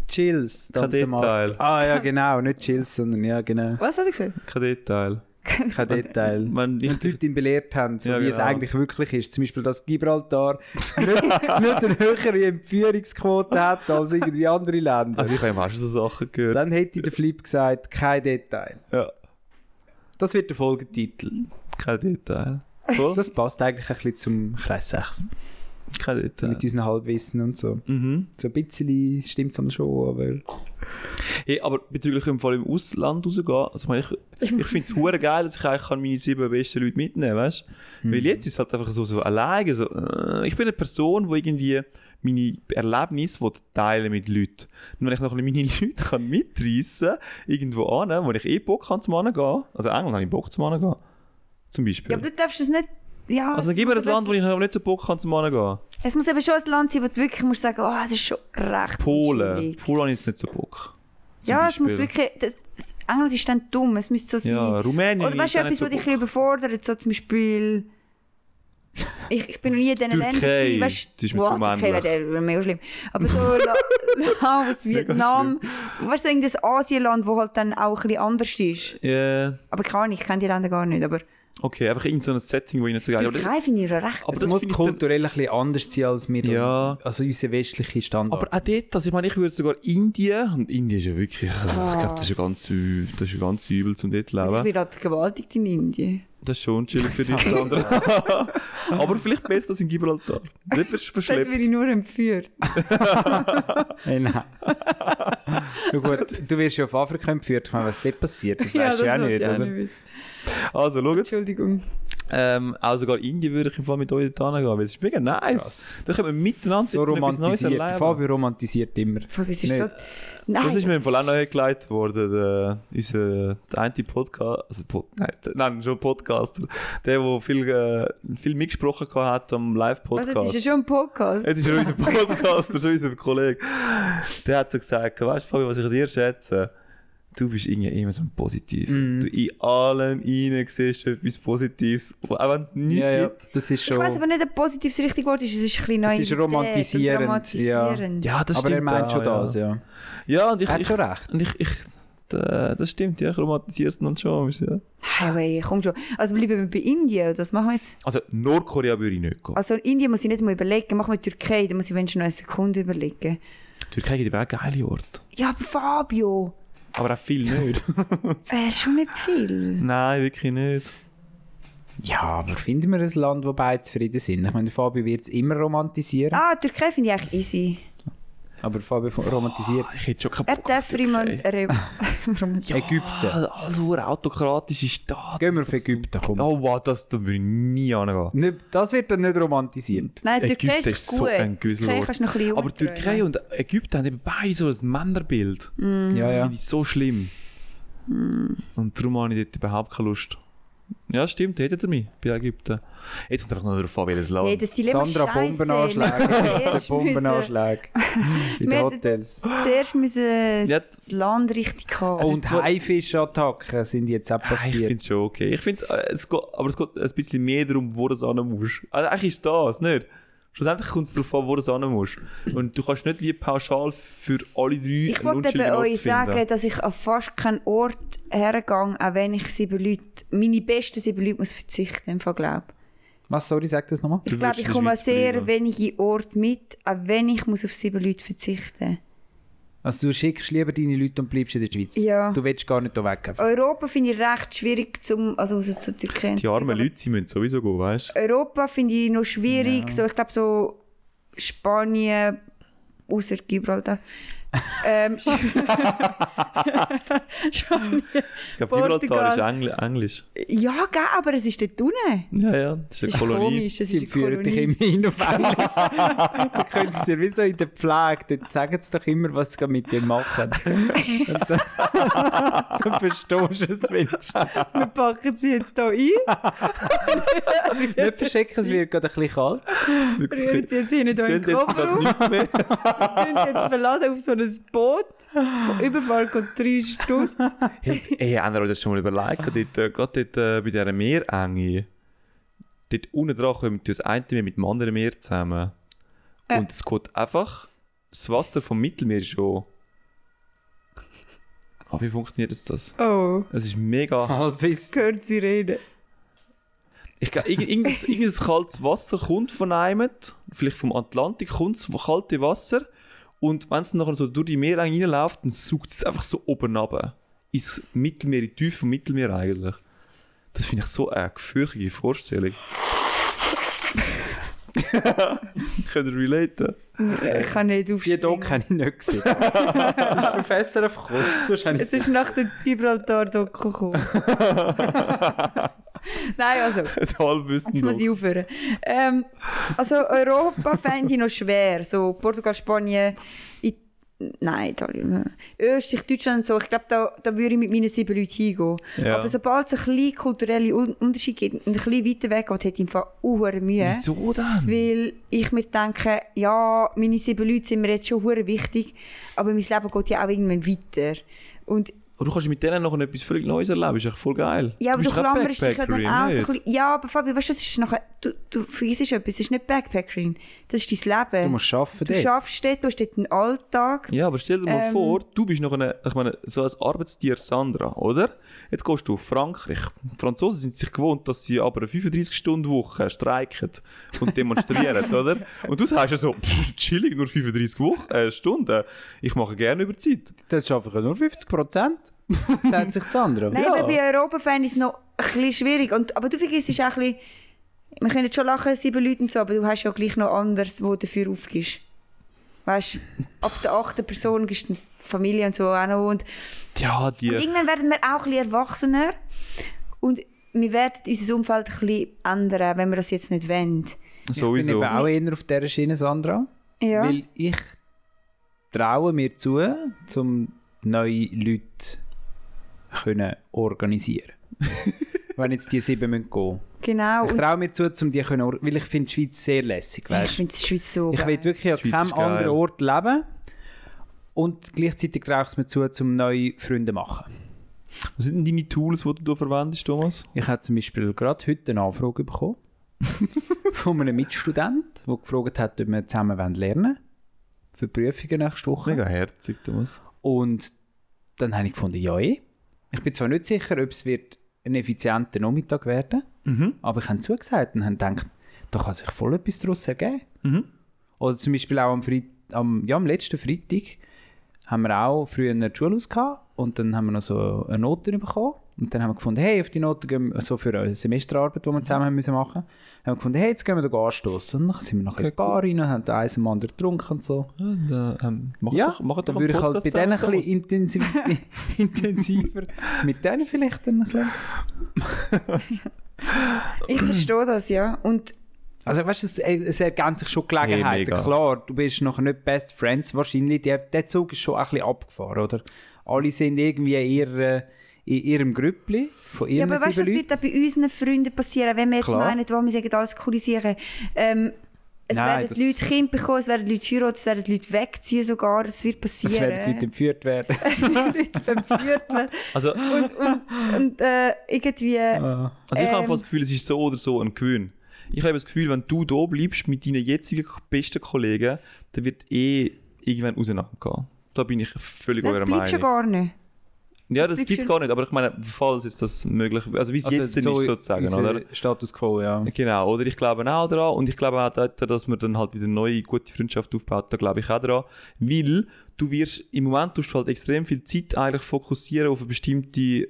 Chills.
Kein
Tante Mar-
Detail.
Ah ja, genau, nicht Chills, sondern ja, genau.
Was hat er gesagt?
Kein Detail.
Kein Detail.
Wenn ich
Wenn die Leute ihn belehrt haben, so
Ja,
wie es
genau.
eigentlich wirklich ist. Zum Beispiel, dass Gibraltar nicht, nicht eine höhere Empführungsquote hat als irgendwie andere Länder.
Also ich habe ihm auch schon so Sachen gehört.
Dann hätte der Flip gesagt, kein Detail.
ja,
Das wird der Folgetitel.
kein Detail. Voll?
Das passt eigentlich ein bisschen zum Kreis 6.
kein Detail.
Mit unseren Halbwissen und so.
Mhm.
So ein bisschen stimmt es schon, aber...
Hey, aber bezüglich im Fall im Ausland rausgehen, also ich meine, ich, ich finde es hure geil, dass ich eigentlich kann meine sieben besten Leute mitnehmen kann, weißt du?
Hm.
Weil jetzt ist es halt einfach so, so alleine, so, äh, ich bin eine Person, die irgendwie meine Erlebnisse will teilen mit Leuten. Und wenn ich noch ein bisschen meine Leute kann mitreissen kann, irgendwo an, wo ich eh Bock habe zum Angehen, also England habe ich Bock zum Angehen, zum Beispiel.
Ja, aber du darfst es nicht. Ja,
also
es
dann gib mir
muss
ein Land, wo
eben-
ich noch nicht so Bock habe zum Angehen.
Es muss eben schon ein Land sein, wo du wirklich musst sagen, oh, es ist schon recht.
Polen.
chillig.
Polen habe ich jetzt nicht so Bock. Zum
Ja, es muss
Beispiel.
wirklich. Das, das- England ist dann dumm, es müsste so sein.
Ja, Rumänien
Oder weißt du,
ist auch nicht
etwas,
so
was dich ein
Bock.
bisschen überfordert, so zum Beispiel. Ich, ich bin noch nie in diesen Ländern.
Türkei,
gewesen, weißt,
das ist mir
Boah,
zu
Türkei wäre
männlich.
der- wäre mega schlimm. Aber so La- Laos, Vietnam, weißt du, so irgendein Asienland, wo halt dann auch ein bisschen anders ist.
Ja,
Aber keine Ahnung, ich kenne die Länder gar nicht. Aber
Okay, einfach irgend so ein Setting, wo ihnen zu geil
Türkei finde ich ja recht.
Aber
es
das
muss
finde ich dann-
kulturell ein bisschen anders sein als wir.
Ja.
Also unser westlicher Standard.
Aber auch dort, also ich meine, ich würde sogar Indien, und Indien ist ja wirklich, also ich glaube, das ist ja ganz, ü- das ist ja ganz übel, zum dort zu
Ich
leben.
werde halt vergewaltigt in Indien.
Das ist schon chillig für dich, Sandra. Aber vielleicht besser als in Gibraltar. Dort wirst du
Dort werde
verschleppt.
ich nur entführt.
Hey, äh, nein. Na gut, du wirst ja auf Afrika entführt. Ich meine, was dort passiert, das weißt du ja auch
wollte
nicht,
ich auch
oder?
wissen.
Also, schaut.
Entschuldigung.
Ähm, auch sogar Indien würde ich im Fall mit euch dort hingehen, weil es ist mega nice.
Krass.
Da können wir miteinander
So
dort etwas Neues
romantisiert.
erleben.
Fabio romantisiert immer.
Fuck, es ist
Nein.
so... Nein,
Ah,
das ist mir im Fall auch neu gelegt worden. Der, unser, der eine Podcast, also Pod, nein, der- nein, schon Podcaster, der, der viel, äh, viel mitgesprochen hat am
was,
Also,
Live-Podcast.
das also, ist ja schon ein Podcast.
Jetzt ist er unser Podcaster, schon unser Kollege. Der hat so gesagt, weißt du, Fabio, was ich an dir schätze? Du bist irgendwie immer so ein Positiv.
Mhm.
Du in allem rein siehst etwas Positives, auch wenn es nichts
Ja, ja,
gibt.
das ist
Ich
schon.
weiß aber nicht, ob positiv das richtige Wort ist. Es ist ein bisschen neu.
ist romantisierend, ja.
Ja, das
aber er
stimmt
meint
auch,
schon
ja.
das, ja.
Ja, und ich,
Er hat
ich,
schon recht.
und ich, ich äh, das stimmt, ja, ich romantisiere es dann schon. Ja.
Highway, komm schon. Also bleiben wir bei Indien. Das machen wir jetzt.
Also Nordkorea würde ich nicht gehen.
Also Indien muss ich nicht mal überlegen. Machen wir Türkei, da muss ich wenigstens noch eine Sekunde überlegen.
Türkei gibt aber auch geile Orte.
Ja, aber Fabio,
Aber auch viel nicht.
wäre schon nicht viel.
Nein, wirklich nicht.
Ja, aber finden wir ein Land, wo beide zufrieden sind? Ich meine, der Fabio wird es immer romantisieren,
Ah, Türkei finde ich eigentlich easy.
aber Fabio f- romantisiert
Ich hätte schon keinen
Er
Bock auf
darf für jemanden...
Türkei.
Re- Romantisch.
Ägypten.
Ah, Also eine autokratische Staat.
Gehen wir auf Ägypten, komm.
Oh wow, das da würde ich nie angehen.
Nicht- Das wird dann nicht romantisiert.
Nein, Türkei
Ägypten
ist gut. Türkei kannst du noch ein bisschen
Aber Türkei und Ägypten haben eben beide so ein Männerbild.
Mhm.
Ja,
Das
ja.
finde ich so schlimm. Und darum habe ich dort überhaupt keine Lust. Ja, stimmt, hättet ihr mich bei Ägypten. Jetzt kommt einfach noch darauf an, welches Land.
Hey, das ist immer
Sandra
scheisse.
Bombenanschläge.
Zuerst müssen-
Bombenanschläge. In den
Wir-
Hotels.
Zuerst müssen
Jetzt-
das Land richtig haben. Also
Es
Also Und
ist Oh, so-
Haifischattacken sind jetzt auch
Ah, Ich finde
passiert.
es schon okay. Ich find's, äh, es geht, aber es geht ein bisschen mehr darum, wo du es hin musst. Also eigentlich ist das, nicht? Schlussendlich kommt es darauf an, wo du es hin musst. Und du kannst nicht wie pauschal für alle drei
Ich
einen
wollte
unschuldigen
eben
Ort
euch sagen, dass ich an fast keinen Ort hergegangen auch wenn ich sieben Leute, meine besten sieben Leute muss verzichten im Fall, glaub.
Was, sorry, sag das nochmal.
Du
Ich glaube,
würdest
ich
in
komme an
der Schweiz
sehr
bleiben.
wenige Orte mit, auch wenn ich muss auf sieben Leute verzichten
Also du schickst lieber deine Leute und bleibst in der Schweiz.
Ja. Oh,
Du willst gar nicht hier weg. einfach.
Europa finde ich recht schwierig, zum, also außer zu Türkei.
Die armen Leute, sie müssen sowieso gehen, weißt du?
Europa finde ich noch schwierig, so, ich glaube so Spanien, außer Gibraltar. ähm, Spanien.
Ich glaube, Gibraltar ist
Portugal.
Engl Englisch.
Ja, gell, aber es ist dort unten.
Ja, ja, das ist
Das
eine
ist
Kolonie.
komisch, das
Sie
ist eine
führen dich
Kolonie.
immer hin auf Englisch. Dann können sie dir wie so in der Pflege, dann sagen sie doch immer, was sie mit dir machen. Und dann, dann verstehst du es wenigstens.
Wir packen sie jetzt hier ein,
Nicht verstecken, es wird gerade ein bisschen kalt.
Das ist wirklich-
rühren sie jetzt hinten
Sie
hier
sehen
in den
jetzt
Koffer
gerade nichts
um,
mehr.
tun sie jetzt verladen auf so ein Boot. Überfall geht drei Stunden.
Hey, hey, habt ihr euch das schon mal überlegt? Dort, äh, gerade dort äh, bei dieser Meerenge, dort unten dran kommt das eine Meer mit dem anderen Meer zusammen. Und es geht einfach, das Wasser vom Mittelmeer schon. Ah, wie funktioniert jetzt das?
Oh,
Es ist mega.
Halbwissen.
gehört sie reden.
Ich glaube, irgend, irgendes, irgendes kaltes Wasser kommt von einem, vielleicht vom Atlantik kommt das kalte Wasser. Und wenn es nachher so durch die Meerenge reinläuft, dann saugt es einfach so oben runter. Ins Mittelmeer, in die Tiefe vom Mittelmeer eigentlich. Das finde ich so eine gefürchtige Vorstellung. Könnt ihr relaten?
Ich kann nicht
Die Doc
aufspringen.
habe ich nicht gesehen. Ist zum Fässer aufgekommen. Sonst habe ich
Es ist nach der Gibraltar-Doku gekommen. Nein, also...
Die Halbwissen
Jetzt muss ich aufhören. Ähm, also Europa fände ich noch schwer. So Portugal, Spanien, I nein, Italien. äh, Österreich, Deutschland so. Ich glaube, da, da würde ich mit meinen sieben Leuten hingehen.
Ja.
Aber sobald es ein bisschen kulturelle Un Unterschied gibt und ein bisschen weiter weg geht, hätte ich im Fall hure Mühe.
Wieso denn?
Weil ich mir denke, ja, meine sieben Leute sind mir jetzt schon hure wichtig, aber mein Leben geht ja auch irgendwann weiter. Und
Und du kannst mit denen noch etwas völlig Neues erleben. Ist echt voll geil.
Ja, aber du
bist kein
klammerst dich ja dann
Backpackerin,
auch so ein
nicht?
bisschen. Ja, aber Fabi, weißt du, das ist nachher. Du, du vergisst etwas, es ist nicht Backpackerin. Das ist dein Leben.
Du musst arbeiten
Du
dort.
schaffst dort, du hast dort einen Alltag.
Ja, aber stell dir mal
Ähm.
vor, du bist noch eine, ich meine, so als Arbeitstier Sandra, oder? Jetzt gehst du auf Frankreich. Die Franzosen sind sich gewohnt, dass sie aber eine 35-Stunden-Woche streiken und demonstrieren, oder? Und du sagst ja so, pff, chillig, nur 35 Wochen, äh, Stunden. Ich mache gerne über Zeit.
Dann schaffe ich ja nur 50 Prozent. Dann sich Sandra.
Nein, aber bei Europa fände ich es noch ein bisschen schwierig. Und, aber du vergisst es auch ein bisschen. Wir können jetzt schon lachen, sieben Leute und so, aber du hast ja gleich noch anderes, wo du dafür aufgibst. Weißt du, ab der achten Person gibst du die Familie und so auch noch. Und
Ja, die.
Irgendwann werden wir auch ein bisschen erwachsener und wir werden unser Umfeld ein bisschen ändern, wenn wir das jetzt nicht wollen.
ich bin
Sowieso.
eben auch eher auf dieser Schiene, Sandra.
Ja.
Weil ich traue mir zu, um neue Leute können organisieren Wenn jetzt die sieben müssen gehen
genau.
Ich
Und
traue mir zu, um die können, or- weil ich finde die Schweiz sehr lässig,
ich
weißt du.
finde die Schweiz so
Ich
geil.
will wirklich an
Schweiz ist
keinem
geil.
anderen Ort leben und gleichzeitig traue ich es mir zu, um neue Freunde zu machen.
Was sind denn deine Tools, die du da verwendest, Thomas?
Ich habe zum Beispiel gerade heute eine Anfrage bekommen von einem Mitstudent, der gefragt hat, ob wir zusammen lernen wollen. Für die Prüfungen nächste Woche.
Mega herzig, Thomas.
Und dann habe ich gefunden, ja eh. Ich bin zwar nicht sicher, ob es wird ein effizienter Nachmittag werden aber ich habe zugesagt und habe gedacht, da kann sich voll etwas daraus ergeben. Oder zum Beispiel auch am, Freit am, ja, am letzten Freitag haben wir auch früher eine Schule aus gehabt und dann haben wir noch so eine Note bekommen. Und dann haben wir gefunden, hey, auf die Note gehen wir, also für eine Semesterarbeit, die wir zusammen haben müssen machen, haben wir gefunden, hey, jetzt gehen wir da anstoßen. Und dann sind wir noch in die Bar rein und haben da eins am anderen getrunken und so.
Ja, da, ähm, mach
Ja,
doch, mach doch
dann
einen
würde ich halt bei
Podcast
denen ein
zusammen,
bisschen intensiv, intensiver, mit denen vielleicht dann ein bisschen.
Ich verstehe das, ja. Und
Also weißt du, es, es ergänzt sich schon
Hey,
Gelegenheiten.
mega.
Klar, du bist noch nicht Best Friends wahrscheinlich, die, der Zug ist schon ein bisschen abgefahren, oder? Alle sind irgendwie eher, äh, in ihrem Grüppli von
ja,
ihren
aber weißt du,
sieben
das wird
Leuten.
auch bei unseren Freunden passieren, wenn wir jetzt
Klar.
meinen, oh, wir sagen alles kulisieren. Ähm, es
Nein, das-
werden Leute Kinder bekommen, es werden Leute heiraten, es werden Leute wegziehen sogar, es wird
Es
passieren. äh?
werden Leute entführt werden.
Leute verführt werden.
Also,
Und, und, und äh, irgendwie...
Ah,
Also ich habe
Ähm.
einfach das Gefühl, es ist so oder so ein Gewinn. Ich habe das Gefühl, wenn du da bleibst mit deinen jetzigen besten Kollegen, dann wird eh irgendwann auseinandergehen. Da bin ich völlig
das
eurer
bleibt schon
Meinung.
gar nicht.
ja, das
das bleibt
gibt es
schon-
gar nicht, aber ich meine, falls jetzt das möglich also wie es jetzt ist sozusagen,
unser
oder?
Status Quo, ja.
Genau, oder ich glaube auch daran und ich glaube auch daran, dass man dann halt wieder neue gute Freundschaft aufbaut, da glaube ich auch daran, weil du wirst, im Moment tust du halt extrem viel Zeit eigentlich fokussieren auf eine bestimmte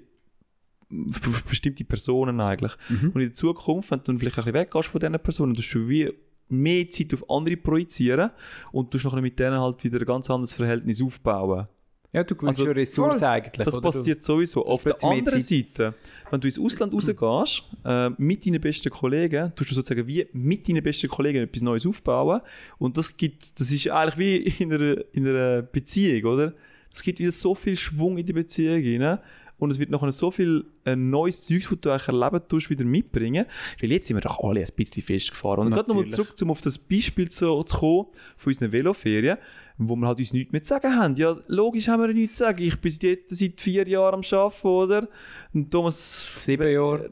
auf- auf bestimmte Personen eigentlich. Und in der Zukunft, wenn du dann vielleicht ein bisschen weggehst von diesen Personen, tust du wie mehr Zeit auf andere projizieren und tust nachher mit denen halt wieder ein ganz anderes Verhältnis aufbauen.
Ja, du gewinnst
Also,
schon Ressourcen
voll.
eigentlich.
Das
oder? Du-
passiert sowieso. Auf der
plötzlich mehr
anderen Seite, wenn du ins Ausland rausgehst, äh, mit deinen besten Kollegen, tust du sozusagen wie mit deinen besten Kollegen etwas Neues aufbauen. Und das gibt, das ist eigentlich wie in einer, in einer Beziehung, oder? Es gibt wieder so viel Schwung in die Beziehung rein. Und es wird nachher so viel äh, neues Zeugs, das du eigentlich erleben tust, wieder mitbringen. Weil jetzt sind wir doch alle ein bisschen festgefahren. Und gerade nochmal
Natürlich.
zurück, um auf das Beispiel zu, zu kommen von unseren Veloferien, wo wir halt uns nichts mehr zu sagen haben. Ja, logisch haben wir nichts zu sagen. Ich bin dort seit vier Jahren am Arbeiten, oder? Und Thomas
Sieben Jahre.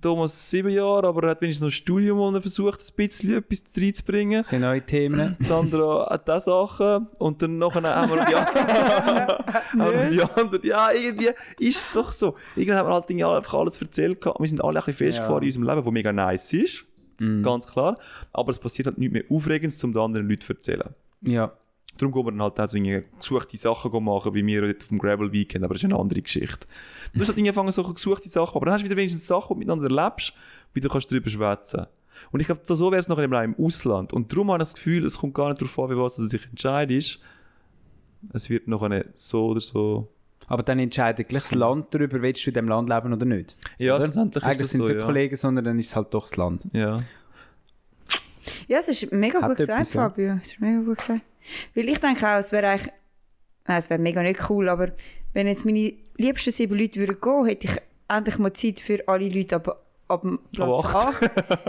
Thomas sieben Jahre, aber er hat wenigstens noch ein Studium, wo er versucht, ein bisschen etwas reinzubringen.
Die neuen Themen.
Sandra hat diese Sachen und dann nachher haben wir die, haben wir die anderen. Ja, irgendwie ist es doch so. Irgendwann haben wir halt Dinge einfach alles erzählt. gehabt. Wir sind alle ein bisschen festgefahren in unserem Leben, was mega nice ist. Ganz klar. Aber es passiert halt nichts mehr Aufregendes, um den anderen Leuten zu erzählen.
Ja.
Darum gehen wir dann halt auch so irgendwie gesuchte Sachen go machen, wie wir dort auf dem Gravel Weekend, aber das ist eine andere Geschichte. Du hast halt angefangen, so gesuchte Sachen, aber dann hast du wieder wenigstens Sachen, die du miteinander erlebst, wieder kannst du darüber schwätzen. Und ich glaube, so- so wäre es nachher eben auch im Ausland. Und darum habe ich das Gefühl, es kommt gar nicht darauf an, wie was du dich entscheidest. Es wird nachher so oder so.
Aber dann entscheidet gleich das Land darüber, willst du in diesem Land leben oder nicht.
Ja,
oder?
schlussendlich ist
Eigentlich
das
sind es
so,
nicht
ja.
Kollegen, sondern dann ist es halt doch das Land.
Ja.
Ja, es ist mega
Hat
gut gesagt,
etwas, ja.
Fabio. Es ist mega gut gesagt. Weil ich denke auch, es wäre eigentlich... Nein, es wäre Nou, mega nicht cool, aber wenn jetzt meine liebsten sieben Leute würden gehen, hätte ich endlich mal Zeit für alle Leute ab, ab dem Platz
Ab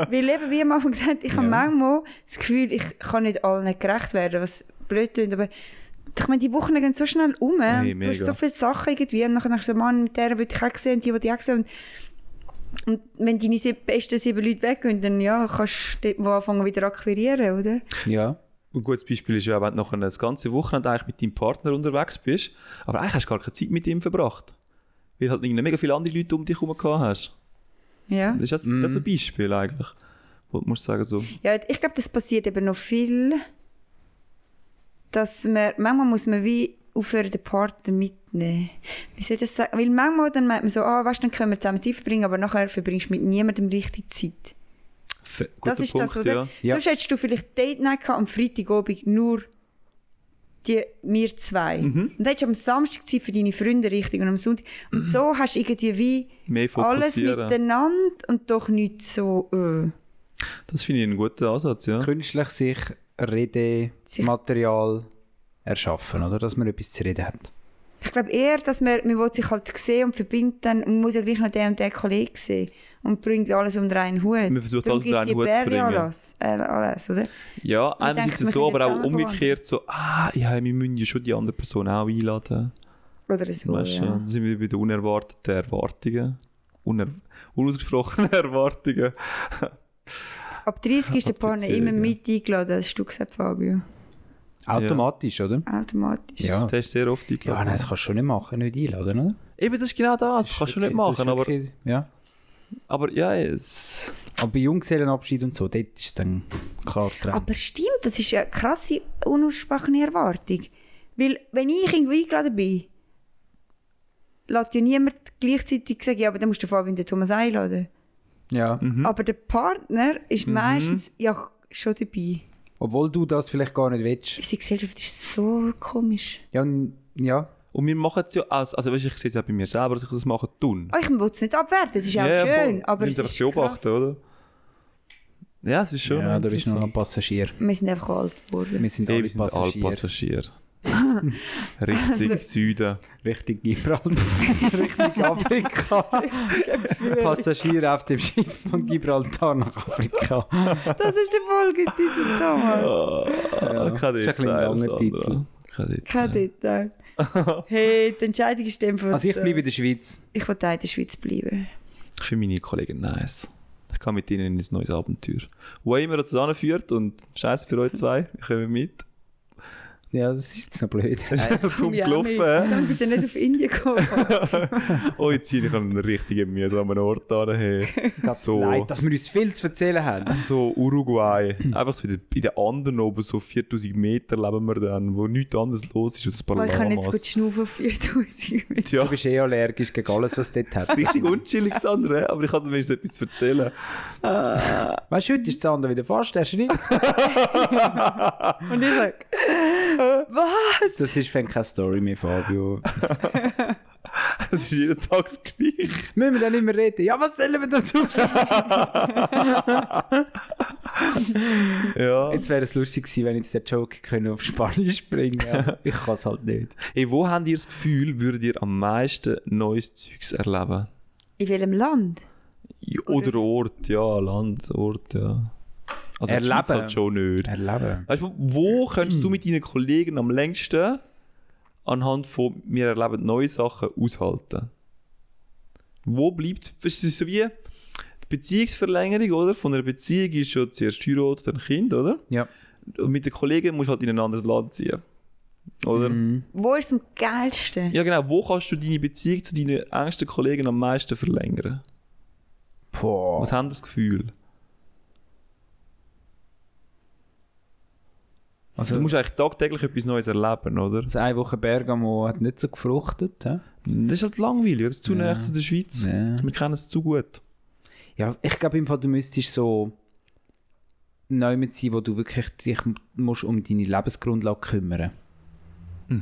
8. Weil eben, wie am Anfang gesagt, ich habe manchmal das Gefühl, ich kann nicht allen gerecht werden, was blöd klingt, aber Ich meine, die Wochen gehen so schnell um.
Hey,
du hast
mega.
so viele Sachen irgendwie. Und nachher denkst du so, Mann, mit der will ich auch sehen und die will ich auch sehen. Und, und wenn deine sieb besten sieben Leute weggehen, dann ja, kannst du dort mal anfangen wieder akquirieren, oder?
Ja.
Ein gutes Beispiel ist ja, wenn du nachher das ganze Wochenende eigentlich mit deinem Partner unterwegs bist, aber eigentlich hast du gar keine Zeit mit ihm verbracht. Weil halt irgendwie mega viele andere Leute um dich herum gehabt hast.
Ja.
Das ist das, das ist ein Beispiel eigentlich. Wo du musst sagen, so,
Ja, ich glaube, das passiert eben noch viel, dass man, manchmal muss man wie aufhören, den Partner mitnehmen. Wie soll ich das sagen? Weil manchmal dann meint man so, ah, weißt du, dann können wir zusammen Zeit verbringen, aber nachher verbringst du mit niemandem richtig Zeit.
f- guter
Das ist
Punkt,
das, oder?
ja.
Ja.
Sonst hättest du vielleicht Date Night gehabt, am Freitagabend nur die, wir zwei.
Mhm.
Und dann hättest du am Samstag Zeit für deine Freunde richtig und am Sonntag. Und so hast du irgendwie wie
Mehr
alles
fokussieren.
miteinander und doch nicht so... Äh.
Das finde ich einen guten Ansatz, ja.
Künstlich sich
Sich-
Redematerial erschaffen, oder? Dass man etwas zu reden hat.
Ich glaube eher, dass man, man will sich halt sehen und verbindet dann, man muss ja gleich noch den und den Kollegen sehen und bringt alles unter einen Hut.
Man versucht
Darum
alles unter einen
gibt's die
Hut zu bringen.
Berry-Anlass, Äh, alles, oder?
Ja,
Man
einerseits
denkt,
so,
man
aber
kann
auch
jetzt
umgekehrt so, ah, ja, wir müssen ja schon die andere Person auch einladen.
Oh,
Oder so,
weißt du,
ja.
dann sind wir bei den unerwarteten Erwartungen. Uner unausgesprochenen Erwartungen.
Ab 30 ist der
Ab
Partner
30,
immer
ja.
mit eingeladen, das hast du gesagt, Fabio.
Automatisch, oder?
Automatisch.
Ja.
Das ist sehr oft eingeladen.
Ja, nein, das kannst du schon nicht machen, nicht einladen, oder?
Eben, das ist genau das. Das,
ist
kannst du
wirklich-
nicht
das ist
machen. Aber,
wirklich- Ja.
aber ja, es...
Aber bei Junggesellenabschied und so, dort ist es dann klar getrennt.
Aber stimmt, das ist eine krasse, unaussprechliche Erwartung. Weil, wenn ich irgendwo eingeladen bin, lässt ja niemand gleichzeitig sagen, ja, aber dann musst du Fabio und den Thomas einladen.
Ja.
Mhm.
Aber der Partner ist meistens ja schon dabei.
Obwohl du das vielleicht gar nicht willst.
Unsere Gesellschaft ist so komisch.
Ja, n- ja.
Und wir machen es ja als... Also weißt, du, ich sehe es ja bei mir selber, dass ich das mache, tun.
Oh, ich will es nicht abwerten, es ist auch
Ja,
schön,
voll.
aber
Wir
es
müssen
ist
einfach beobachten,
krass.
oder? Ja, es ist schon...
ja da bist du noch
interessant.
ein Passagier.
Wir sind einfach alt geworden.
Wir sind
Hey,
alle
wir sind alle
Passagier.
Passagier.
Also-
Richtig Süden.
Richtig Gibraltar. Richtig Afrika. Passagier auf dem Schiff von Gibraltar nach Afrika.
Das ist der Folgetitel, Thomas.
Ah, kein
Ist ein bisschen
Detail,
langer
Sandra.
Titel.
Kein Detail.
Kein Detail. Hey, die Entscheidung ist dem
Also ich bleibe in der Schweiz.
Ich will auch in der Schweiz bleiben.
Ich finde meine Kollegen nice. Ich kann mit ihnen ins neues Abenteuer. Wo auch immer das zusammenführt und scheiße für euch zwei, ich komme mit.
Ja, das ist jetzt noch blöd.
Das ist dumm
Komm ich auch mit.
gelaufen. hä?
Ich kann bitte nicht auf Indien kommen.
Oh, jetzt ziehe ich an einen richtigen mühsamen Ort an. Hey.
Ganz
So.
leid, dass wir uns viel zu erzählen haben.
So Uruguay. Einfach so in den- in den anderen oben, so 4000 Meter leben wir dann, wo nichts anderes los ist als ein paar
Weil ich kann nicht so gut
Lamas.
schnaufen auf 4000 Meter.
Tja,
Du bist eh allergisch gegen alles, was dort hat.
richtig unschillig, Sandra, hä? aber ich kann dir wenigstens etwas erzählen.
Weißt du, heute ist Sander wieder fast, hast du nicht?
Und ich sage, was?
Das ist fängt keine Story mehr, Fabio.
Es ist jeden Tag das Gleiche.
Müssen wir dann nicht mehr reden? Ja, was sollen wir dazu sagen?
Ja.
Jetzt wäre es lustig gewesen, wenn ich jetzt den Joke können auf Spanisch springen ja. Ich kann es halt nicht.
Hey, wo habt ihr das Gefühl, würdet ihr am meisten neues Zeugs erleben?
In welchem Land?
Ja, Oder Ort, ja, Land, Ort, ja. Also
Erleben.
Erleben. Halt schon nicht.
Erleben.
Weißt du, wo könntest du mit deinen Kollegen am längsten anhand von «Wir erleben neue Sachen» aushalten? Wo bleibt... Es ist so wie die Beziehungsverlängerung, oder? Von einer Beziehung ist schon zuerst Heirat, dann Kind, oder?
Ja.
Und mit den Kollegen musst du halt in ein anderes Land ziehen. Oder?
Wo ist es am geilsten?
Ja genau, wo kannst du deine Beziehung zu deinen engsten Kollegen am meisten verlängern?
Boah.
Was haben das Gefühl?
Also,
Also, Du musst eigentlich tagtäglich etwas Neues erleben, oder?
also eine Woche Bergamo hat nicht so gefruchtet. He?
Das ist halt langweilig, das ist zu nah zu der Schweiz.
Ja.
Wir kennen es zu gut.
Ja, ich glaube im Fall, du müsstest so neu mit sein, wo du wirklich dich m- musst um deine Lebensgrundlage kümmern.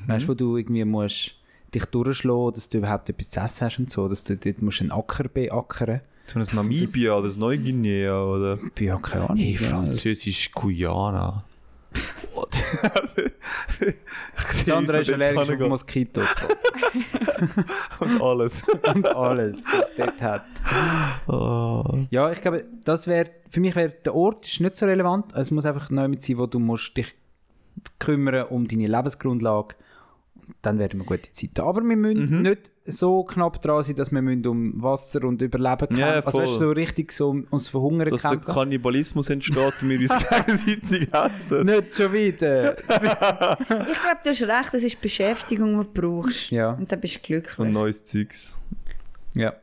Weißt du, wo du irgendwie musst dich durchschlagen, dass du überhaupt etwas zu essen hast und so, dass du dort musst einen Acker beackern.
So ein Namibia oder ein Neuguinea oder...
Ich bin ja keine Ahnung.
Hey,
ja.
französisch Guyana. What? ich sehe
Sandra
uns
ist
noch dort
allergisch auf
hingehen.
Moskitos
Und alles.
und alles, was es dort hat.
Ah.
Ja, ich glaube, das wäre, für mich wäre, der Ort ist nicht so relevant, es muss einfach neu mit sein, wo du musst dich kümmern um deine Lebensgrundlage. Dann werden wir gute Zeit haben. Aber wir müssen
Mhm.
nicht so knapp dran sein, dass wir müssen um Wasser und Überleben kämpfen.
Ja,
also
voll.
weißt, du, so richtig so um ums Verhungern
Dass der
kämpfen.
Kannibalismus entsteht und wir uns gegenseitig essen.
Nicht schon wieder.
Ich glaube, du hast recht, es ist die Beschäftigung, die du brauchst.
Ja.
Und dann bist du glücklich.
Und neues Zeugs.
ja.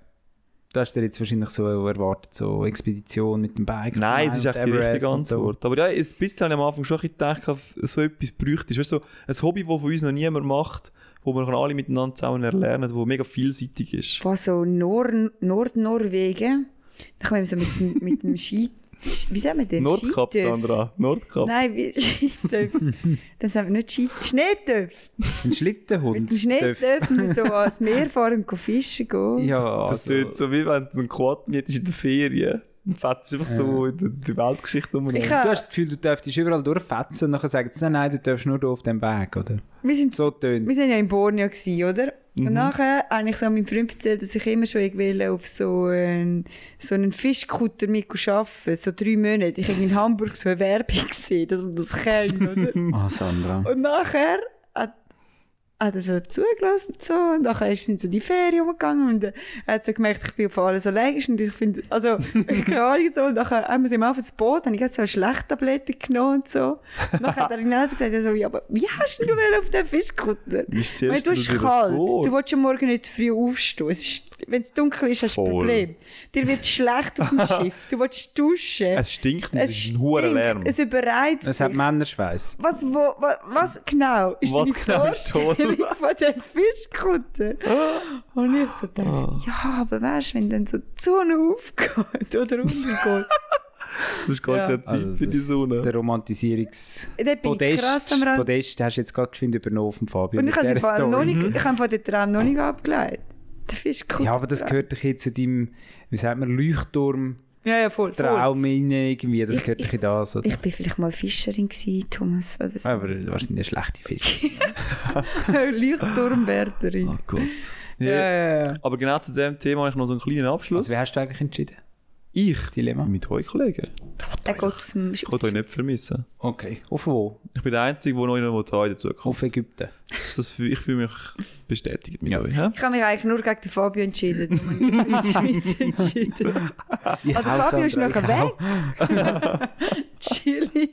Du hast dir jetzt wahrscheinlich so erwartet, so Expedition mit dem Bike.
Nein, es ist
und
echt die
Everest
richtige
und so.
Antwort. Aber ja, ein bisschen habe ich am Anfang schon ein bisschen gedacht, so etwas bräuchte es. Weißt du, so ein Hobby, das von uns noch niemand macht, wo wir alle miteinander zusammen erlernen, das mega vielseitig ist.
Von so Nor Nordnorwegen. Da kommen wir so mit, dem- mit dem Ski... Wie sagen wir den?
Nordkap, Sandra. Nordkap.
Nein, wie Skitöpf. Dann sagen wir nicht Ski... Schneetöpf.
Ein
Mit
Schlittenhund.
dem
dürfen-
Schneetöpf wir so ans Meer fahren und fischen gehen.
Ja,
Das
also,
tönt so, wie wenn du so einen Quad mietest in der Ferien. Dann fährst du einfach so in der, der Weltgeschichte um.
Ich
Du
hab,
hast das Gefühl, du dürftest überall durchfetzen und nachher sagen sie, nein, nein, du darfst nur auf dem Weg, oder?
wir sind
So tönt
Wir sind ja in Borneo, gewesen, oder? Und nachher habe ich so meinem Freund erzählt, dass ich immer schon ich will auf so einen, so einen Fischkutter mit arbeiten so drei Monate. Ich habe in Hamburg so eine Werbung gesehen, dass man das kennt, oder?
Ah, Sandra.
und nachher hat, hat er so zugelassen und so. Und nachher ist- sind so die Ferien umgegangen und er hat so gemerkt, ich bin auf alles allergisch und ich finde, also, keine Ahnung, so. Und nachher haben wir sie mal auf das Boot, habe ich gerade so eine Schlechttablette genommen und so. Und nachher hat er in gesagt, er so, ja, aber wie hast denn du denn auf den Fischkutter?
Wie
Weil
stellst
du bist
dir das
kalt.
vor?
Du willst am Morgen nicht früh aufstehen. Es ist- Wenn es dunkel ist, hast du ein
Voll.
Problem. Dir wird schlecht auf dem Schiff. Du willst duschen.
Es stinkt und es, ist ein
stinkt,
hoher Lärm.
Es überreizt
Es hat
dich.
Männerschweiß.
Was, wo, was, was genau ist
Was
die
genau ist toll?
Vorstellung von der Fischkutte? Und ich so dachte,
Ah.
ja, aber weißt du, wenn dann so die Sonne aufgeht oder untergeht,
Du hast gar
Ja.
keine Zeit
Also
für die
das-
Sonne.
Der Romantisierungs...
dann bin ich krass am Rand.
Podest hast du jetzt gerade geschwind übernommen von Fabio.
Und
mit
ich habe
dieser Story. Mhm.
von den Traum noch nicht abgeleitet. Der Fischkutte.
Ja, aber das gehört doch jetzt zu deinem, wie sagt man, Leuchtturm-Traum
Ja, ja, voll. voll.
rein irgendwie. Das gehört doch in das, oder?
Ich bin vielleicht mal Fischerin gewesen, Thomas. Oder so.
Aber wahrscheinlich eine schlechte Fisch.
Lichturmwärterin.
Oh Gott. Ja.
Ja, ja,
Aber genau zu dem Thema habe ich noch so einen kleinen Abschluss.
Also, wie hast du eigentlich entschieden?
ich?
Dilemma?
Mit euch Kollegen.
Der geht aus dem
Ich wollte euch nicht vermissen.
Okay. Auf wo?
Ich bin der Einzige, der noch in der Türkei dazukommt.
Auf Ägypten.
Das, das, fühl- ich fühle mich bestätigt mit euch. hä?
Ich habe mich eigentlich nur gegen den Fabio entschieden. Ich habe mich für die Schweiz entschieden.
Ich
Aber
hau,
Ah, Fabio ist
Sandra,
nachher
also, ich hau.
Chillig.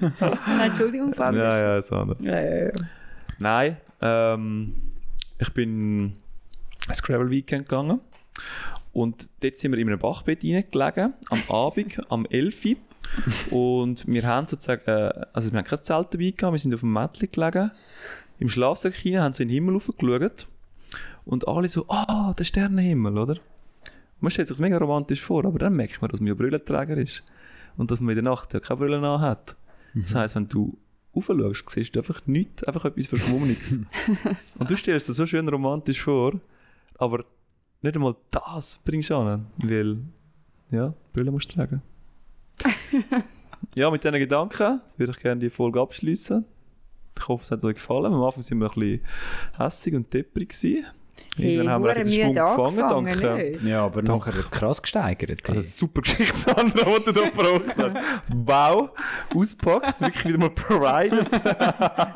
Nein, Entschuldigung, Fabio.
Ja, ja, Sandra.
Ja, ja, ja.
Nein, ähm, ich bin ein Scrabble Weekend gegangen und dort sind wir in einem Bachbett reingelegen, am Abend, am 11. und wir haben sozusagen, äh, also wir haben kein Zelt dabei gehabt, wir sind auf dem Mädchen gelegen, im Schlafsack hinein, haben so in den Himmel raufgeschaut und alle so, ah, der Sternenhimmel, oder? Man stellt sich das mega romantisch vor, aber dann merkt man, dass man ja Brillenträger ist und dass man in der Nacht ja keine Brille anhat. Das
Mhm.
heisst, wenn du raufschaust, siehst du einfach nichts, einfach etwas Verschwommenes. und du stellst dir so schön romantisch vor, aber nicht einmal das bringst du an, weil, ja, Brille musst du tragen. ja, mit diesen Gedanken würde ich gerne die Folge abschließen. Ich hoffe, es hat euch gefallen. Am Anfang sind wir ein bisschen hässig und depprig. gewesen.
Hey,
Irgendwann haben wir
hure
den Schwung
müde
gefangen,
angefangen,
danke.
nicht?
Ja, aber
Danke.
nachher krass gesteigert.
Also super Geschichte, Sandra, die du da gebraucht hast. Wow, auspackt, wirklich wieder mal provided.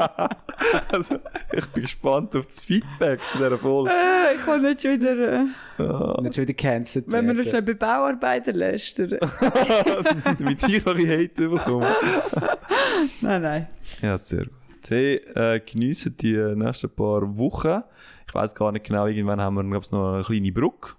also, ich bin gespannt auf das Feedback zu dieser Folge.
Äh, Ich kann nicht schon wieder... äh,
nicht schon wieder gecancelt äh,
Wenn man noch
werden.
schnell bei Bauarbeiter lästern.
Damit ich noch ein bisschen Hate bekomme.
nein, nein.
Ja, sehr gut. Hey, äh, geniessen die nächsten paar Wochen. Ich weiß gar nicht genau, irgendwann haben wir glaub's, noch eine kleine Brücke.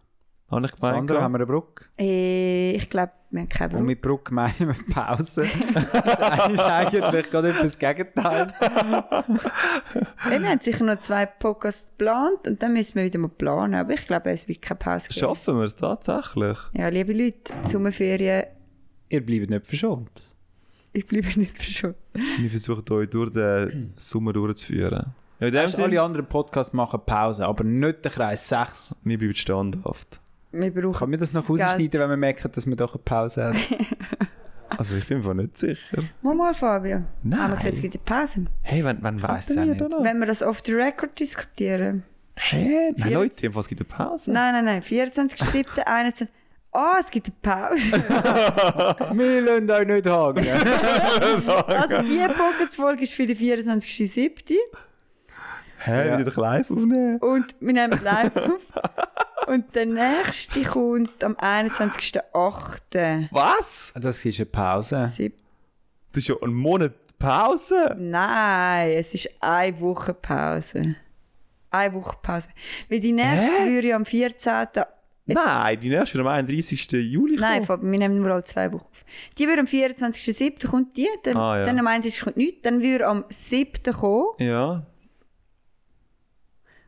Habe ich gemeint.
Sandra, haben wir eine Brücke?
Äh, Ich glaube, wir haben keinen
Und
Problem.
mit Brücke meinen wir Pause. das ist eigentlich gerade etwas Gegenteil.
Wir haben sicher noch zwei Podcasts geplant und dann müssen wir wieder mal planen. Aber ich glaube, es wird keine Pause geben.
Schaffen wir es tatsächlich?
Ja, liebe Leute, Sommerferien,
Ihr bleibt nicht verschont.
ich bleibe nicht verschont.
Wir versuchen euch durch den Sommer durchzuführen. Ja, in dem
Weißt, du,
Sinne,
alle anderen Podcasts machen Pause, aber nicht der Kreis 6.
wir bleiben standhaft.
Wir brauchen
Kann mir das noch
Geld.
rausschneiden, wenn wir merken, dass wir doch eine Pause haben?
Also ich bin mir nicht sicher.
Mal mal, Fabio.
Nein.
Haben wir gesagt, es gibt eine Pause.
Hey, wenn, wenn weiss
Weiss auch nicht.
oder?
Wenn wir das off the record diskutieren.
Hä? Nein,
Vierz-
Leute, jedenfalls gibt eine Pause.
Nein, nein, nein. 24, 7, 21. Ah, es gibt eine Pause.
Wir lassen euch nicht hangen.
Also, die Podcast-Folge ist für den 24.07.
Hä,
Ja.
will ich doch live aufnehmen?
Und wir nehmen es live auf. Und der nächste kommt am 21.08.
Was?
das ist eine Pause.
Sieb-
Das ist ja ein Monat Pause.
Nein, es ist eine Woche Pause. Eine Woche Pause. Weil die nächste würde ja am 14.
Nein, die nächste wird am 31. Juli
Nein,
kommen.
Fabi, wir nehmen nur alle zwei Wochen auf. Die würde am 24.07. kommt die, dann,
Ah, ja.
dann am 31. kommt nichts, dann würde am 7. kommen.
Ja.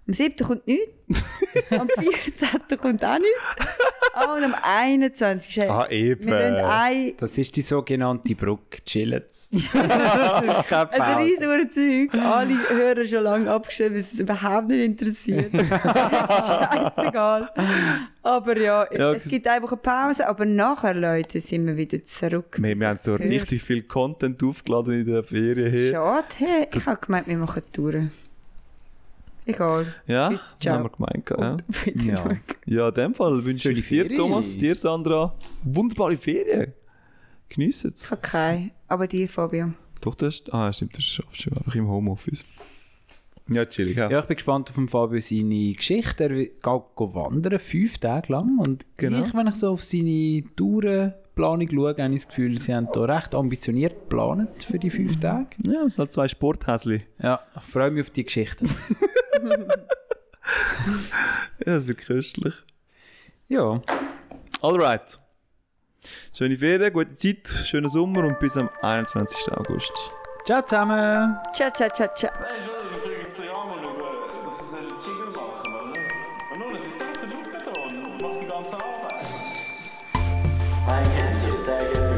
Am 7. kommt nichts. am 14. kommt auch nichts. Ah, und am 21. ist-
Ah, eben.
Wir lassen ein,
Das ist die sogenannte Brücke. Chillets. Keine
ein
Pause.
riesiges Zeug. Alle Hörer schon lange abgestellt, weil es uns überhaupt nicht interessiert. Scheißegal. Aber ja,
Ja,
es
das-
gibt einfach eine Pause, aber nachher, Leute, sind wir wieder zurück.
Wir, wir haben so
Gehört.
richtig viel Content aufgeladen in der Ferien. hier.
Schade, hey. ich habe gemeint, wir machen Touren. Egal.
Ja,
Tschüss, ciao.
haben wir gemeint. Ja.
Und wieder
Ja.
mal.
ja, in dem Fall wünsche
Schöne
ich dir,
Ferien.
Thomas, dir, Sandra, wunderbare Ferien. Geniessen
Ich
es.
habe keinen. Aber dir, Fabio.
Doch, das ist, ah, stimmt, das schaffst du einfach im Homeoffice. Ja, chillig. Ja.
Ja, ich bin gespannt auf den Fabio seine Geschichte. Er geht go wandern, fünf Tage lang. Und
Genau.
ich, wenn ich so auf seine Tourenplanung schaue, habe ich das Gefühl, sie haben da recht ambitioniert geplant für die fünf Tage.
ja, wir sind halt zwei Sporthäsli.
Ja, ich freue mich auf die Geschichte.
Ja, das wird köstlich.
ja,
Alright. Schöne Ferien, gute Zeit, schönen Sommer und bis am 21. August.
ciao zusammen.
Ciao, ciao, ciao, ciao.
Nein, schon, ich will jetzt ja mal schauen, dass sie einen Jingle machen, oder? Und nun, es ist selbst der Lukaton und macht die ganze Arbeit.
I can't say it's again